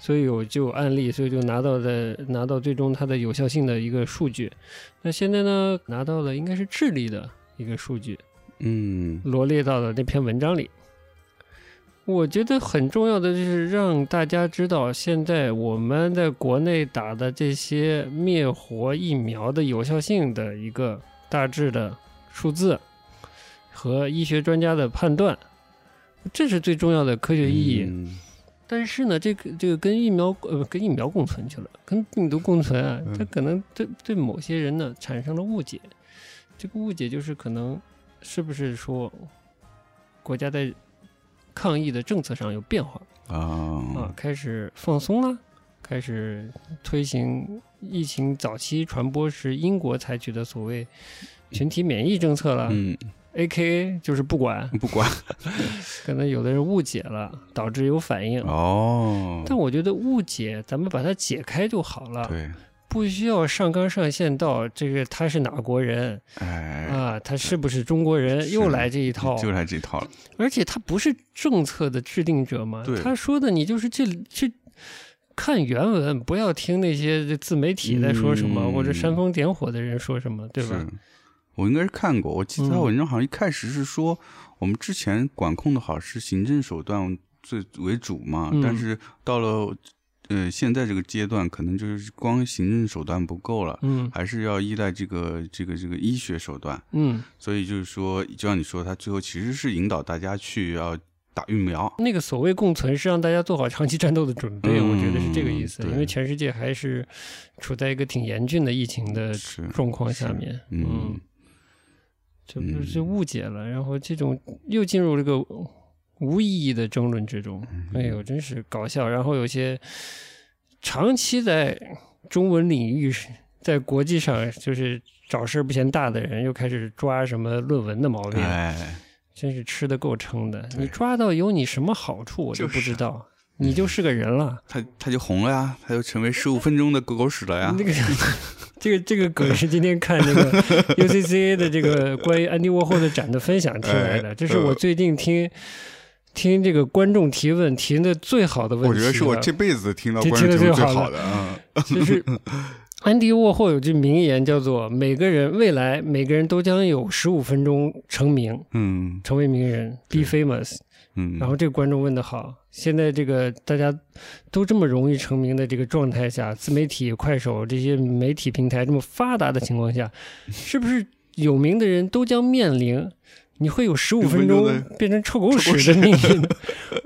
S2: 所以有就有案例，所以就拿到的拿到最终它的有效性的一个数据。那现在呢，拿到了应该是智利的一个数据，
S1: 嗯
S2: 罗列到了那篇文章里。我觉得很重要的就是让大家知道，现在我们在国内打的这些灭活疫苗的有效性的一个大致的数字和医学专家的判断，这是最重要的科学意义。
S1: 嗯
S2: 但是呢，这个这个跟疫苗呃跟疫苗共存去了，跟病毒共存啊
S1: 嗯，
S2: 它可能对对某些人呢产生了误解。这个误解就是可能是不是说国家在抗疫的政策上有变化啊
S1: 啊，，
S2: 开始放松了，开始推行疫情早期传播时英国采取的所谓群体免疫政策了、
S1: 嗯，
S2: a K A 就是不管，
S1: 不管
S2: 可能有的人误解了，导致有反
S1: 啊
S2: 应。
S1: 哦，
S2: 但我觉得误解，咱们把它解开就好了，
S1: 对，
S2: 不需要上纲上线到这个他是哪国人
S1: 哎，
S2: 啊，他是不是中国人，
S1: 是
S2: 又来这一套。
S1: 就来这一套了。
S2: 而且他不是政策的制定者嘛
S1: 对，
S2: 他说的你就是去去看原文，不要听那些自媒体在说什么、
S1: 嗯
S2: 或者煽风点火的人说什么，对吧？
S1: 是？我应该是看过，我记得他
S2: 嗯
S1: 文章好像一开始是说，我们之前管控的好是行政手段最为主嘛，
S2: 嗯
S1: 但是到了呃现在这个阶段，可能就是光行政手段不够了，
S2: 嗯
S1: 还是要依赖这个这个这个医学手段。
S2: 嗯，
S1: 所以就是说，就像你说，他最后其实是引导大家去要打疫苗。
S2: 那个所谓共存是让大家做好长期战斗的准备，
S1: 嗯
S2: 我觉得是这个意思。
S1: 对
S2: 因为全世界还是处在一个挺严峻的疫情的
S1: 是
S2: 状况下面，
S1: 嗯，
S2: 这不
S1: 嗯
S2: 是误解了，然后这种又进入这个无意义的争论之中，
S1: 嗯
S2: 哎呦，真是搞笑。然后有些长期在中文领域是。在国际上，就是找事儿不嫌大的人，又开始抓什么论文的毛病，
S1: 哎，
S2: 真是吃的够撑的。
S1: 对
S2: 你抓到有你什么好处，我就
S1: 就是啊
S2: 不知道。你就是个人了，
S1: 他他就红了呀，他就成为十五分钟的狗狗屎了呀
S2: 那。个 这个这个梗是今天看那个 UCCA 的这个关于安迪沃霍的展的分享听来
S1: 哎
S2: 的，这是我最近听听这个观众提问提的最好嗯的问
S1: 我
S2: 题
S1: 觉
S2: 了。
S1: 得是我这辈子听到
S2: 这
S1: 观
S2: 听
S1: 众
S2: 得
S1: 节目最
S2: 最好
S1: 好的，嗯，
S2: 就是安迪沃霍有句名言叫做“每个人未来每个人都将有十五分钟成名，
S1: 嗯
S2: 成为名人，be famous”。
S1: 嗯，
S2: 然后这个观众问的好，现在这个大家都这么容易成名的这个状态下，自媒体、快手这些媒体平台这么发达的情况 下，是不是有名的人都将面临你会有十五
S1: 15
S2: 分钟
S1: 分钟
S2: 变成臭狗屎的命运？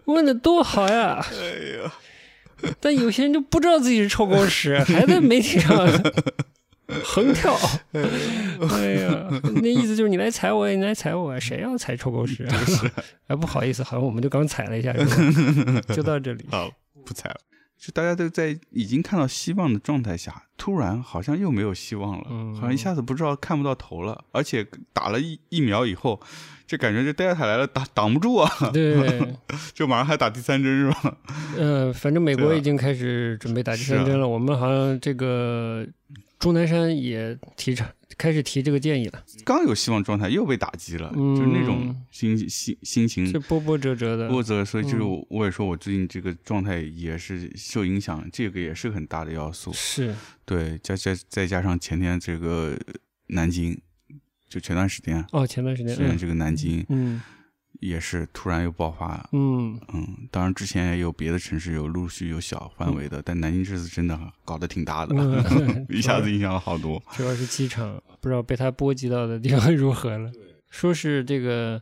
S2: 问的多好呀！
S1: 哎呀，
S2: 但有些人就不知道自己是臭狗屎，还在媒体上横 跳。哎呀，那意思就是你来踩我，你来踩我，谁要踩臭狗屎啊？哎，不好意思，好像我们就刚踩了一下，是吧 就到这里。
S1: 好，不猜了。就大家都在已经看到希望的状态下，突然好像又没有希望了，
S2: 嗯
S1: 好像一下子不知道看不到头了，而且打了疫疫苗以后，就感觉这 Delta 来了打挡不住啊，
S2: 对，
S1: 就马上还打第三针是吧？
S2: 呃，反正美
S1: 对
S2: 国
S1: 啊
S2: 已经开始准备打第
S1: 是啊
S2: 三针了，我们好像这个钟南山也提倡开始提这个建议了，
S1: 刚有希望状态又被打击了，
S2: 嗯
S1: 就是那种心心心情
S2: 是嗯波波折折的。
S1: 波折，所以就是嗯我我也说我最近这个状态也是受影响，这个也是很大的要素。
S2: 是，
S1: 对，加加再加上前天这个南京就前段时间
S2: 哦，前段时间，
S1: 是
S2: 嗯
S1: 这个南京
S2: 嗯
S1: 也是突然又爆发，
S2: 嗯
S1: 嗯，当然之前也有别的城市有陆续有小范围的，但南京这次真的搞得挺大的，
S2: 嗯
S1: 一下子影响了好多。
S2: 主要是机场，不知道被它波及到的地方 如何了。说是这个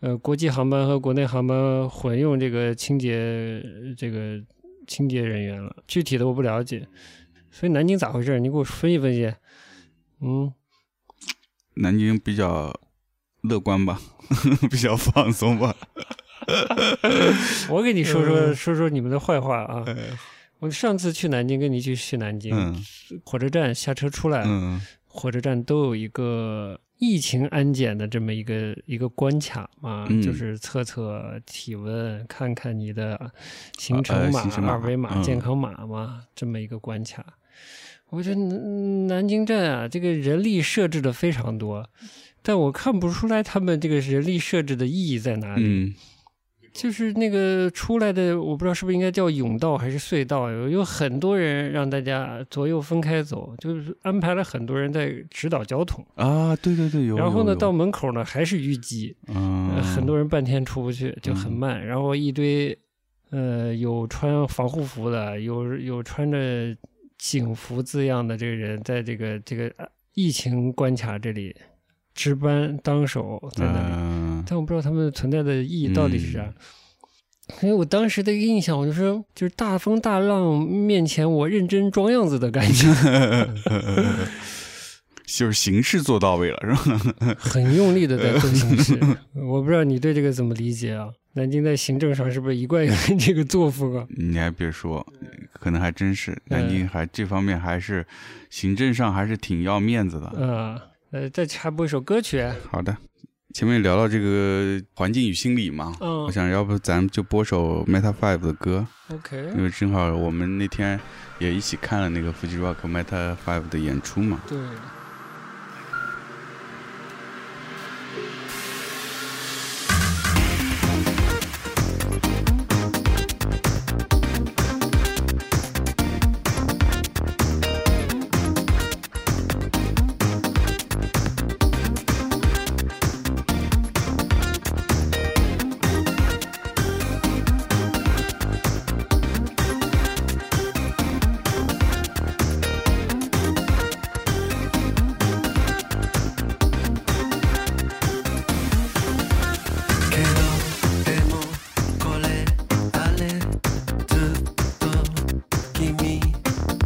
S2: 呃，国际航班和国内航班混用这个清洁呃这个清洁人员了，具体的我不了解。
S1: 嗯
S2: 所以南京咋回事？你给我分析分析。嗯，
S1: 南京比较乐观吧， 比较放松吧，
S2: 我给你说说、
S1: 嗯
S2: 说说你们的坏话啊！
S1: 哎
S2: 我上次去南京，跟你去去南京，
S1: 嗯
S2: 火车站下车出来，
S1: 嗯
S2: 火车站都有一个疫情安检的这么一个一个关卡嘛，
S1: 嗯
S2: 就是测测体温，看看你的行程
S1: 呃
S2: 码、
S1: 行程码
S2: 二维码、
S1: 嗯
S2: 健康码嘛，这么一个关卡。我觉得南南京站啊，这个人力设置的非常多，但我看不出来他们这个人力设置的意义在哪里。
S1: 嗯，
S2: 就是那个出来的，我不知道是不是应该叫甬道还是隧道，有有很多人让大家左右分开走，就是安排了很多人在指导交通。
S1: 啊，对对对，有。
S2: 然后
S1: 有
S2: 呢，
S1: 有
S2: 到门口呢还是淤积，
S1: 嗯
S2: 呃很多人半天出不去，就很慢。然后一堆，呃，有穿防护服的，有有穿着警服字样的这个人，在这个这个呃疫情关卡这里值班当手在那里。
S1: 嗯
S2: 但我不知道他们存在的意义到底是啥。
S1: 嗯
S2: 所以我当时的一个印象，我就说，就是大风大浪面前，我认真装样子的感觉，
S1: 就是形式做到位了，是吧？
S2: 很用力的在做形 式。我不知道你对这个怎么理解啊？南京在行政上是不是一贯有这个作风啊？
S1: 你还别说，可能还真是南京还这方面还是行政上还是挺要面子的。
S2: 啊、呃，再插播一首歌曲，啊
S1: 好的，前面聊到这个环境与心理嘛，
S2: 嗯
S1: 我想要不咱们就播首 Meta Five 的歌，
S2: ，OK，
S1: 因为正好我们那天也一起看了那个 Fuji Rock Meta Five 的演出嘛。
S2: 对。
S3: けどでもこれあれずっと君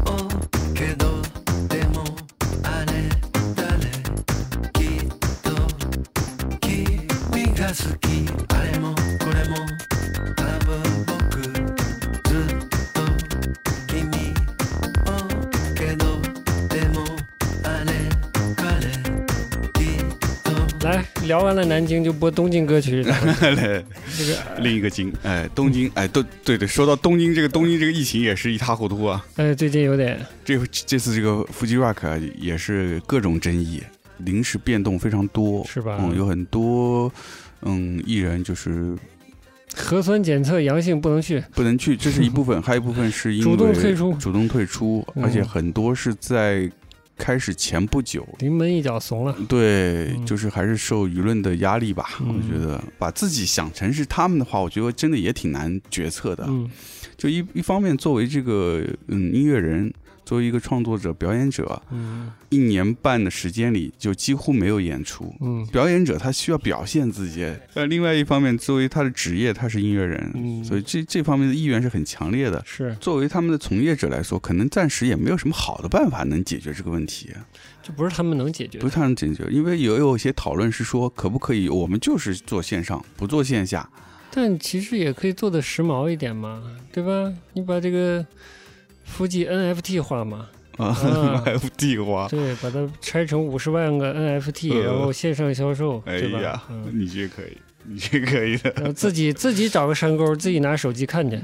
S3: をけどでもあれ誰きっと君が好きあれもこれも多分僕ずっと君をけどでもあれ彼きっと
S2: 来聊完了南京，就播东京歌曲。
S1: 来，
S2: 这个，
S1: 另一个京，哎，东京，哎，都对对，说到东京这个东京这个疫情也是一塌糊涂啊。
S2: 呃，最近有点，
S1: 这这次这个 Fuji Rock 啊也是各种争议，临时变动非常多，
S2: 是吧
S1: 嗯，有很多嗯艺人就是
S2: 核酸检测阳性不能去。
S1: 不能去，这是一部分，还有一部分是因为
S2: 主动退出
S1: 主动退出，
S2: 嗯
S1: 而且很多是在开始前不久。
S2: 临门一脚怂了，
S1: 对，
S2: 嗯
S1: 就是还是受舆论的压力吧。我
S2: 嗯
S1: 觉得把自己想成是他们的话，我觉得真的也挺难决策的。
S2: 嗯
S1: 就一一方面，作为这个嗯音乐人，作为一个创作者、表演者，
S2: 嗯
S1: 一年半的时间里就几乎没有演出。
S2: 嗯
S1: 表演者他需要表现自己，呃，另外一方面，作为他的职业，他是音乐人，
S2: 嗯，
S1: 所以这这方面的意愿是很强烈的。
S2: 是
S1: 作为他们的从业者来说，可能暂时也没有什么好的办法能解决这个问题，
S2: 这不是他们能解决
S1: 不
S2: 的
S1: 是。他能解决，因为也有一些讨论是说，可不可以我们就是做线上，不做线 下，
S2: 但其实也可以做的时髦一点嘛，对吧？你把这个夫妻 NFT 化嘛，
S1: 啊
S2: 啊
S1: 还有地瓜，
S2: 对，把它拆成五十万个 NFT，
S1: 呃
S2: 然后线上销售，
S1: 哎
S2: 对吧？嗯，
S1: 你这可以，你这可以的，
S2: 然后自己 自己找个山沟，自己拿手机 看去，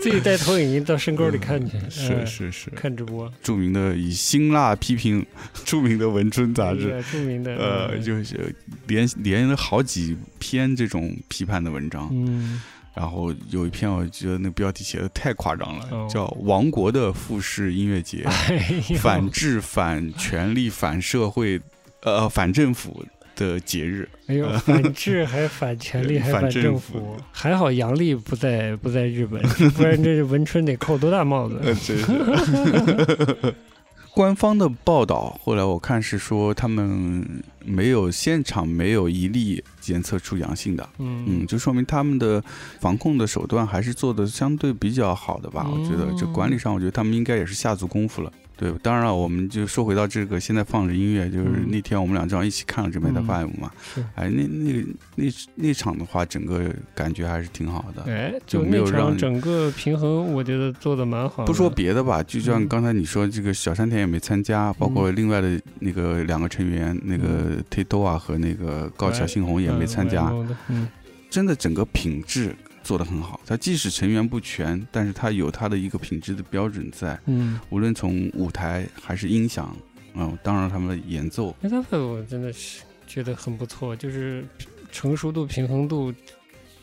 S2: 自己带投影仪到山沟里看去，
S1: 是
S2: 嗯
S1: 是是，
S2: 看直播，
S1: 呃著名的以辛辣批评 著名的文春杂志，
S2: 这哎个著名的，
S1: 呃，
S2: 嗯
S1: 就是连连了好几篇这种批判的文章，
S2: 嗯，
S1: 然后有一篇我觉得那标题写的太夸张
S2: 哦
S1: 了，叫《亡国的富士音乐 节》，
S2: 哎
S1: 反制、反权力、反社会，呃，反政府的节日。
S2: 哎呦，反制还反权 力，还
S1: 呃反
S2: 政
S1: 政
S2: 府
S1: 府，
S2: 还好杨笠不在不在日本， 不然这文春得扣多大帽子？
S1: 呃， 真是。 官方的报道，后来我看是说他们没有现场没有一例检测出阳性的，
S2: 嗯
S1: 嗯，就说明他们的防控的手段还是做的相对比较好的吧。我觉得这管理上，我觉得他们应该也是下足功夫了。对，当然了，我们就说回到这个，现在放着音乐，就是
S2: 嗯
S1: 那天我们俩正好一起看了这《m e t a
S2: 嗯
S1: Five》嘛
S2: 是，
S1: 哎，那那个那那场的话，整个感觉还是挺好的。
S2: 哎，
S1: 就
S2: 就
S1: 没
S2: 那
S1: 有让
S2: 场
S1: 你
S2: 整个平衡，我觉得做的蛮好的。
S1: 不说别的吧，就像
S2: 嗯
S1: 刚才你说，这个小山田也没参加，包括另外的那个两个成员，那个 t i t o 啊和那个高桥幸宏也没参加
S2: 嗯。。蛮多的嗯，
S1: 真的整个品质做得很好。它即使成员不全，但是它有它的一个品质的标准在，
S2: 嗯，
S1: 无论从舞台还是音响，嗯，当然他们的演奏，
S2: 那他们我真的是觉得很不错，就是成熟度、平衡度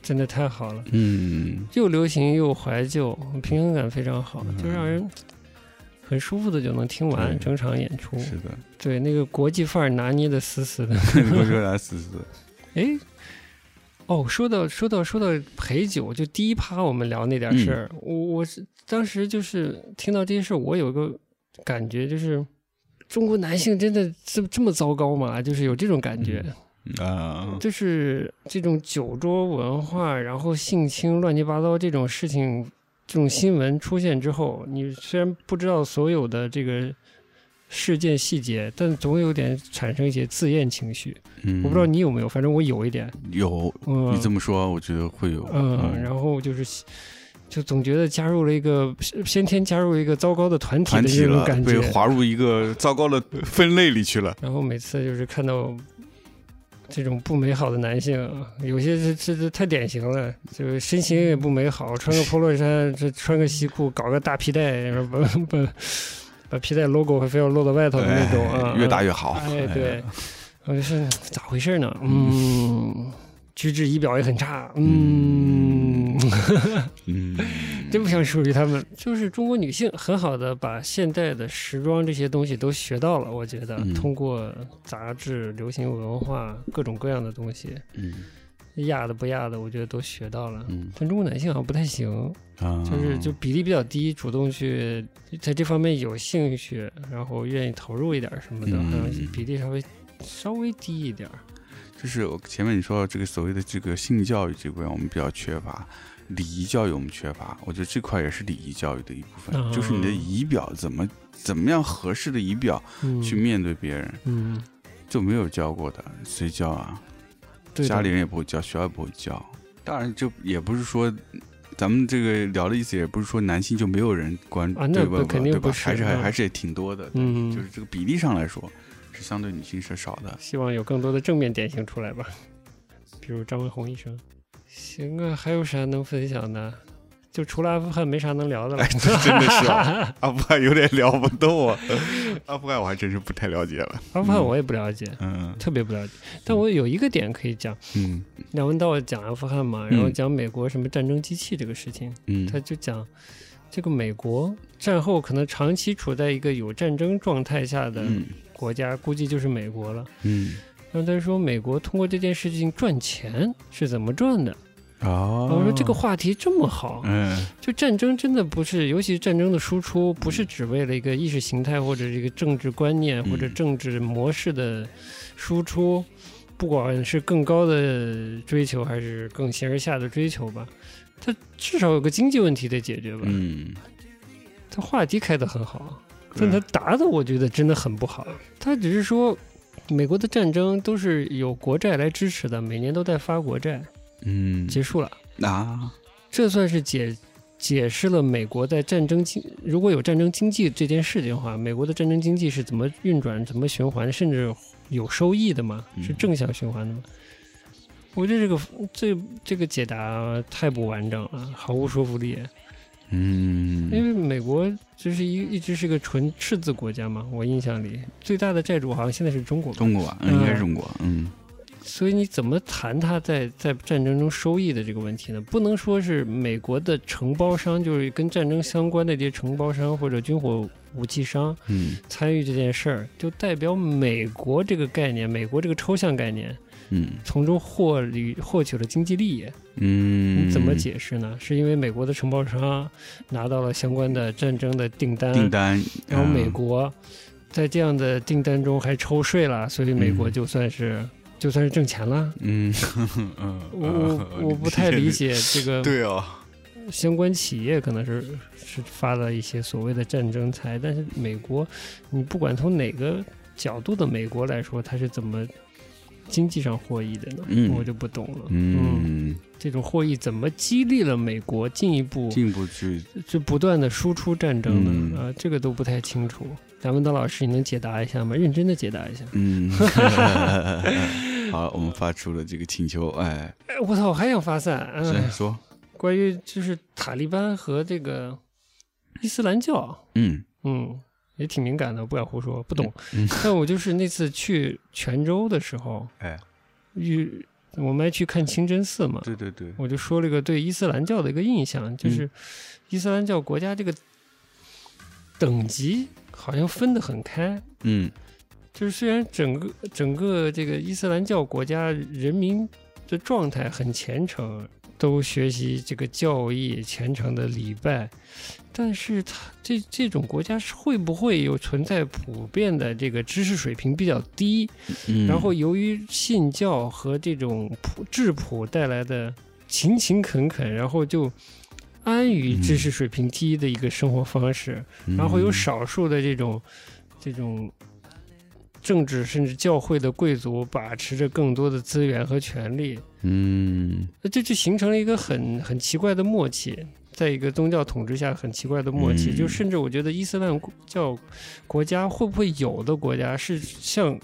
S2: 真的太好了，
S1: 嗯，
S2: 又流行又怀旧，平衡感非常好，就让人很舒服的就能听
S1: 对
S2: 完整场演出。
S1: 是 的，嗯
S2: 对，那个国际范儿拿捏的死死的。
S1: 你会说他死死的，
S2: 哎，哦，说到说到说到陪酒，就第一趴我们聊那
S1: 嗯
S2: 点事儿，我我是当时就是听到这些事儿，我有个感觉就是。中国男性真的这这么糟糕吗？就是有这种感觉，
S1: 嗯啊，
S2: 就是这种酒桌文化，然后性侵乱七八糟这种事情，这种新闻出现之后，你虽然不知道所有的这个事件细节，但总有点产生一些自厌情绪。
S1: 嗯，
S2: 我不知道你有没有，反正我有一点。
S1: 有。
S2: 嗯，
S1: 你这么说，我觉得会有。
S2: 嗯，然后就是。就总觉得加入了一个先天加入了一个糟糕的团体
S1: 团
S2: 的
S1: 体
S2: 这种
S1: 了
S2: 感，
S1: 被
S2: 觉，
S1: 划入一个糟糕的分类里去了。
S2: 然后每次就是看到这种不美好的男性，有些这这这太典型了，就是身形也不美好， 穿个 polo 衫，这穿个西裤，搞个大皮带，然后把 把把皮带 logo 还非要露到外头的那种啊，
S1: 哎越大
S2: 越
S1: 越好。
S2: 哎 对，我就是咋回事呢？嗯，举止仪表也很差，嗯。
S1: 嗯，
S2: 真不想属于他们。就是中国女性很好的把现代的时装这些东西都学到了，我觉得、
S1: 嗯
S2: 通过杂志、流行文化各种各样的东西，
S1: 嗯
S2: 亚的不亚的，我觉得都学到了。
S1: 嗯
S2: 但中国男性好像不太行，
S1: 啊，
S2: 就是就比例比较低，主动去在这方面有兴趣，然后愿意投入一点什么的，
S1: 嗯
S2: 好像比例稍微稍微低一点儿。
S1: 就是我前面你说到这个所谓的这个性教育这块，我们比较缺乏，礼仪教育我们缺乏。我觉得这块也是礼仪教育的一部分，
S2: 嗯
S1: 就是你的仪表怎么怎么样合适的仪表
S2: 嗯，
S1: 去面对别人，
S2: 嗯，
S1: 就没有教过的，谁教啊？
S2: 对的
S1: 家里人也不会教，学校也不会教。当然，就也不是说。咱们这个聊的意思也不是说男性就没有人关
S2: 啊那
S1: 对
S2: 不
S1: 问
S2: 肯
S1: 过，
S2: 定
S1: 对
S2: 不
S1: 吧？
S2: 是
S1: 还是还
S2: 嗯
S1: 还是也挺多的，
S2: 嗯，
S1: 就是这个比例上来说，是相对女性是少的。
S2: 希望有更多的正面典型出来吧，比如张文宏医生。行啊，还有啥能分享的？就除了阿富汗没啥能聊的了。
S1: 哎真的是啊阿富汗有点聊不动啊，阿富汗我还真是不太了解了。
S2: 阿富汗我也不了解，
S1: 嗯
S2: 特别不了解。但我有一个点可以讲，
S1: 嗯
S2: 梁文道讲阿富汗嘛，然后
S1: 嗯
S2: 讲美国什么战争机器这个事情，他
S1: 嗯
S2: 就讲这个美国战后可能长期处在一个有战争状态下的
S1: 嗯
S2: 国家，估计就是美国了。
S1: 嗯
S2: 然后他说，美国通过这件事情赚钱是怎么赚的？
S1: 哦
S2: 然后我说这个话题这么好，
S1: 嗯
S2: 就战争真的不是，尤其战争的输出，不是只为了一个意识形态或者一个政治观念
S1: 嗯
S2: 或者政治模式的输出，不管是更高的追求还是更形而下的追求吧，它至少有个经济问题得解决吧。
S1: 嗯，
S2: 它话题开得很好，嗯但它答的我觉得真的很不好。它只是说，美国的战争都是有国债来支持的，每年都在发国债，
S1: 嗯
S2: 结束了。
S1: 啊
S2: 这算是解解释了美国在战争经如果有战争经济这件事情的话，美国的战争经济是怎么运转、怎么循环，甚至有收益的嘛？
S1: 嗯
S2: 是正向循环的嘛？我觉得这个这这个解答太不完整了，毫无说服力。
S1: 嗯
S2: 因为美国就是一一直是个纯赤字国家嘛，我印象里最大的债主好像现在是中国吧？
S1: 中国啊，
S2: 嗯
S1: 应该是中国，嗯
S2: 所以你怎么谈他在在战争中收益的这个问题呢？不能说是美国的承包商，就是跟战争相关的这些承包商或者军火武器商
S1: 嗯
S2: 参与这件事儿，就代表美国这个概念，美国这个抽象概念
S1: 嗯
S2: 从中获利获取了经济利益。
S1: 嗯，
S2: 你怎么解释呢？是因为美国的承包商拿到了相关的战争的订单，
S1: 订单？
S2: 然后
S1: 嗯
S2: 美国在这样的订单中还抽税了，所以美国
S1: 嗯
S2: 就算是、就算是挣钱了。
S1: 嗯嗯，
S2: 我我我不太啊理。解哦这个
S1: 对啊，
S2: 相关企业可能是是发了一些所谓的战争财，但是美国，你不管从哪个角度的美国来说，它是怎么经济上获益的呢？
S1: 嗯
S2: 我就不懂了。
S1: 嗯，
S2: 这种获益怎么激励了美国进一步
S1: 进一步去
S2: 就不断的输出战争呢？
S1: 嗯
S2: 啊，这个都不太清楚。梁文道老师，你能解答一下吗？认真的解答一下。
S1: 嗯，好，我们发出了这个请求，哎，
S2: 哎，我操，我还想发散。嗯、
S1: 谁说？
S2: 关于就是塔利班和这个伊斯兰教，啊
S1: 嗯
S2: 嗯，也挺敏感的，不敢胡说，不懂。
S1: 嗯
S2: 但我就是那次去泉州的时候，
S1: 哎，
S2: 遇我们还去看清真寺嘛，
S1: 对嗯对 对，
S2: 我就说了一个对伊斯兰教的一个印象，就是伊斯兰教国家这个等级好像分得很开。
S1: 嗯
S2: 就是虽然整个整个这个伊斯兰教国家人民的状态很虔诚，都学习这个教义、虔诚的礼拜，但是它这这种国家是会不会有存在普遍的这个知识水平比较低，
S1: 嗯，
S2: 然后由于信教和这种普质朴带来的勤勤恳恳，然后就安于知识水平低的一个生活方式，然后
S1: 嗯
S2: 有少数的这种这种政治甚至教会的贵族把持着更多的资源和权利，
S1: 嗯
S2: 那这就形成了一个很很奇怪的默契。在一个宗教统治下，很奇怪的默契，
S1: 嗯
S2: 就甚至我觉得伊斯兰教国家会不会有的国家是像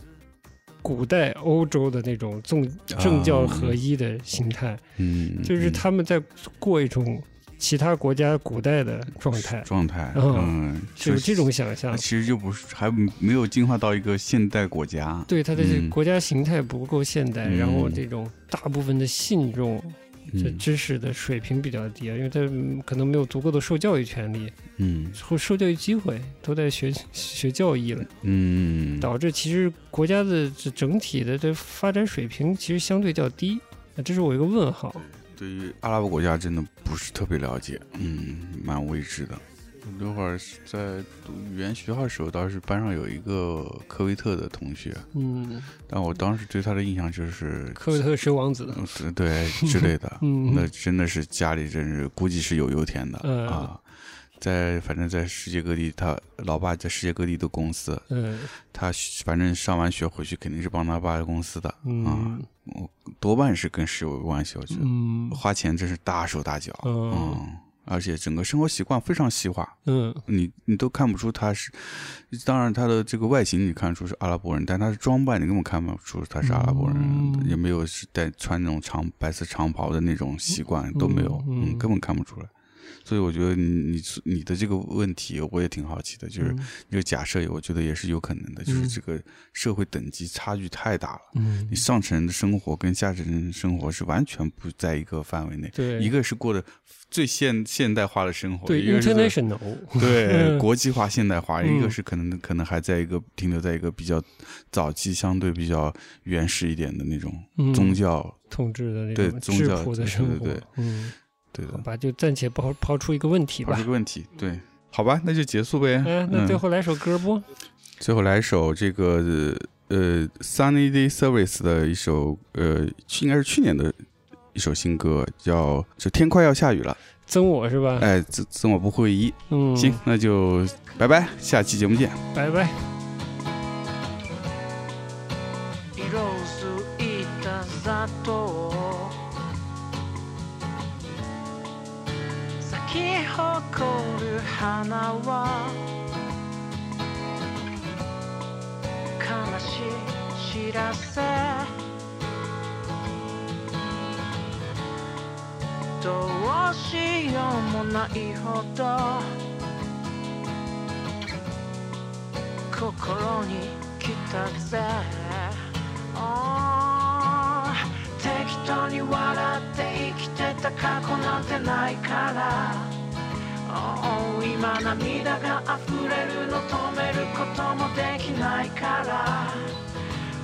S2: 古代欧洲的那种宗政教合一的形态，
S1: 嗯，
S2: 就是他们在过一种其他国家古代的状态，
S1: 状态，
S2: 嗯
S1: 嗯，
S2: 是有这种想象
S1: 那。其实就不是还没有进化到一个现代国家。
S2: 对它的这
S1: 嗯
S2: 国家形态不够现代，
S1: 嗯
S2: 然后这种大部分的信众，这
S1: 嗯
S2: 知识的水平比较低，因为他们可能没有足够的受教育权利
S1: 嗯
S2: 或受教育机会，都在学学教义了，
S1: 嗯，
S2: 导致其实国家的这整体的这发展水平其实相对较低。那这是我一个问号，
S1: 对于阿拉伯国家真的不是特别了解，嗯，蛮未知的。那会儿是在读语言学校的时候，倒是班上有一个科威特的同学，
S2: 嗯，
S1: 但我当时对他的印象就是
S2: 科威特是王子，
S1: 嗯对对之类 的，
S2: 嗯
S1: 那真的是家里真是估计是有油田的、
S2: 嗯
S1: 啊，在反正在世界各地，他老爸在世界各地的公司，
S2: 嗯
S1: 他反正上完学回去肯定是帮他爸的公司的，啊
S2: 嗯，
S1: 多半是跟石油有关系，我觉得、
S2: 嗯
S1: 花钱真是大手大脚，
S2: 嗯
S1: 嗯，而且整个生活习惯非常西化，
S2: 嗯
S1: 你你都看不出他是，当然他的这个外形你看出是阿拉伯人，但他的装扮你根本看不出他是阿拉伯人，
S2: 嗯
S1: 也没有是带穿那种长白色长袍的那种习惯都没有，
S2: 嗯
S1: 嗯
S2: 嗯
S1: 根本看不出来。所以我觉得你你你的这个问题我也挺好奇的，就是这个假设，我觉得也是有可能的，就是
S2: 嗯
S1: 这个社会等级差距太大了，
S2: 嗯
S1: 你，上层人的生活跟下层人的生活是完全不在一个范围内。
S2: 对
S1: 一个是过的最现现代化的生活，
S2: 对
S1: 一个是在
S2: ，international，
S1: 对
S2: 嗯
S1: 国际化、现代化，一个
S2: 嗯
S1: 是可能可能还在一个停留在一个比较早期、相对比较原始一点的那种
S2: 嗯
S1: 宗教，
S2: 统治的那
S1: 对
S2: 种
S1: 宗
S2: 质
S1: 教
S2: 朴的
S1: 对
S2: 生活，
S1: 对对
S2: 嗯。
S1: 对
S2: 好
S1: 的。
S2: 吧，就暂且抛抛出一个问题
S1: 好，
S2: 吧
S1: 这。个问题，对，好吧，那就结束呗。
S2: 嗯，那最
S1: 嗯
S2: 后来首歌不？
S1: 最后来一首这个呃 Sunny Day Service 的一首呃，去应该是去年的一首新歌，叫《这天快要下雨了》。
S2: 增我是吧？
S1: 哎，自自我不会移。
S2: 嗯，
S1: 行，，那就拜拜，下期节目见。
S2: 拜拜。
S3: 色づいた砂糖咲き誇る花は悲しい知らせどうしようもないほど心に来たぜ Oh. 笑って生きてた過去なんてないからおう今涙が溢れるの止めることもできないから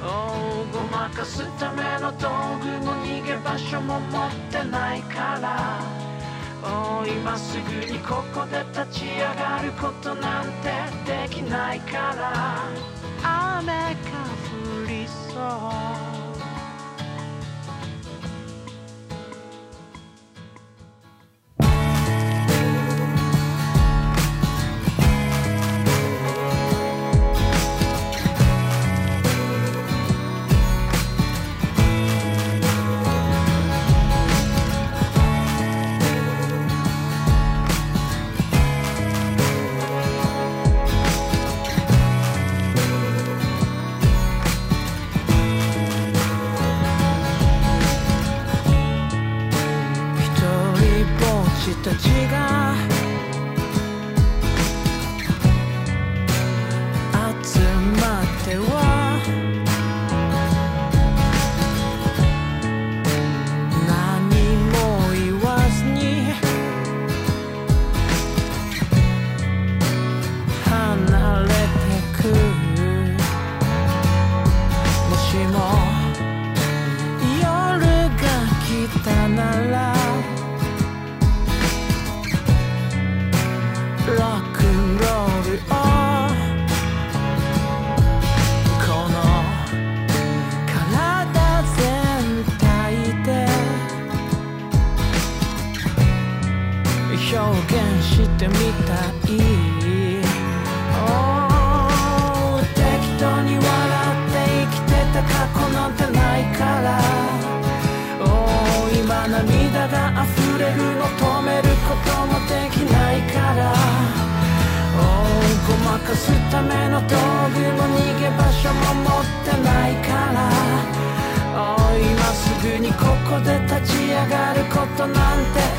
S3: おうごまかすための道具も逃げ場所も持ってないからおう今すぐにここで立ち上がることなんてできないから雨が降りそう一人ぼっちたちが集まっては何も言わずに離れてくもしも夜が来たならロックンロールをこの体全体で表現してみたい Oh 適当に笑って生きてた過去なんてないから Oh 今涙が溢れるの止めることもできないから Oh ごまかすための道具も逃げ場所も持ってないから Oh 今すぐにここで立ち上がることなんて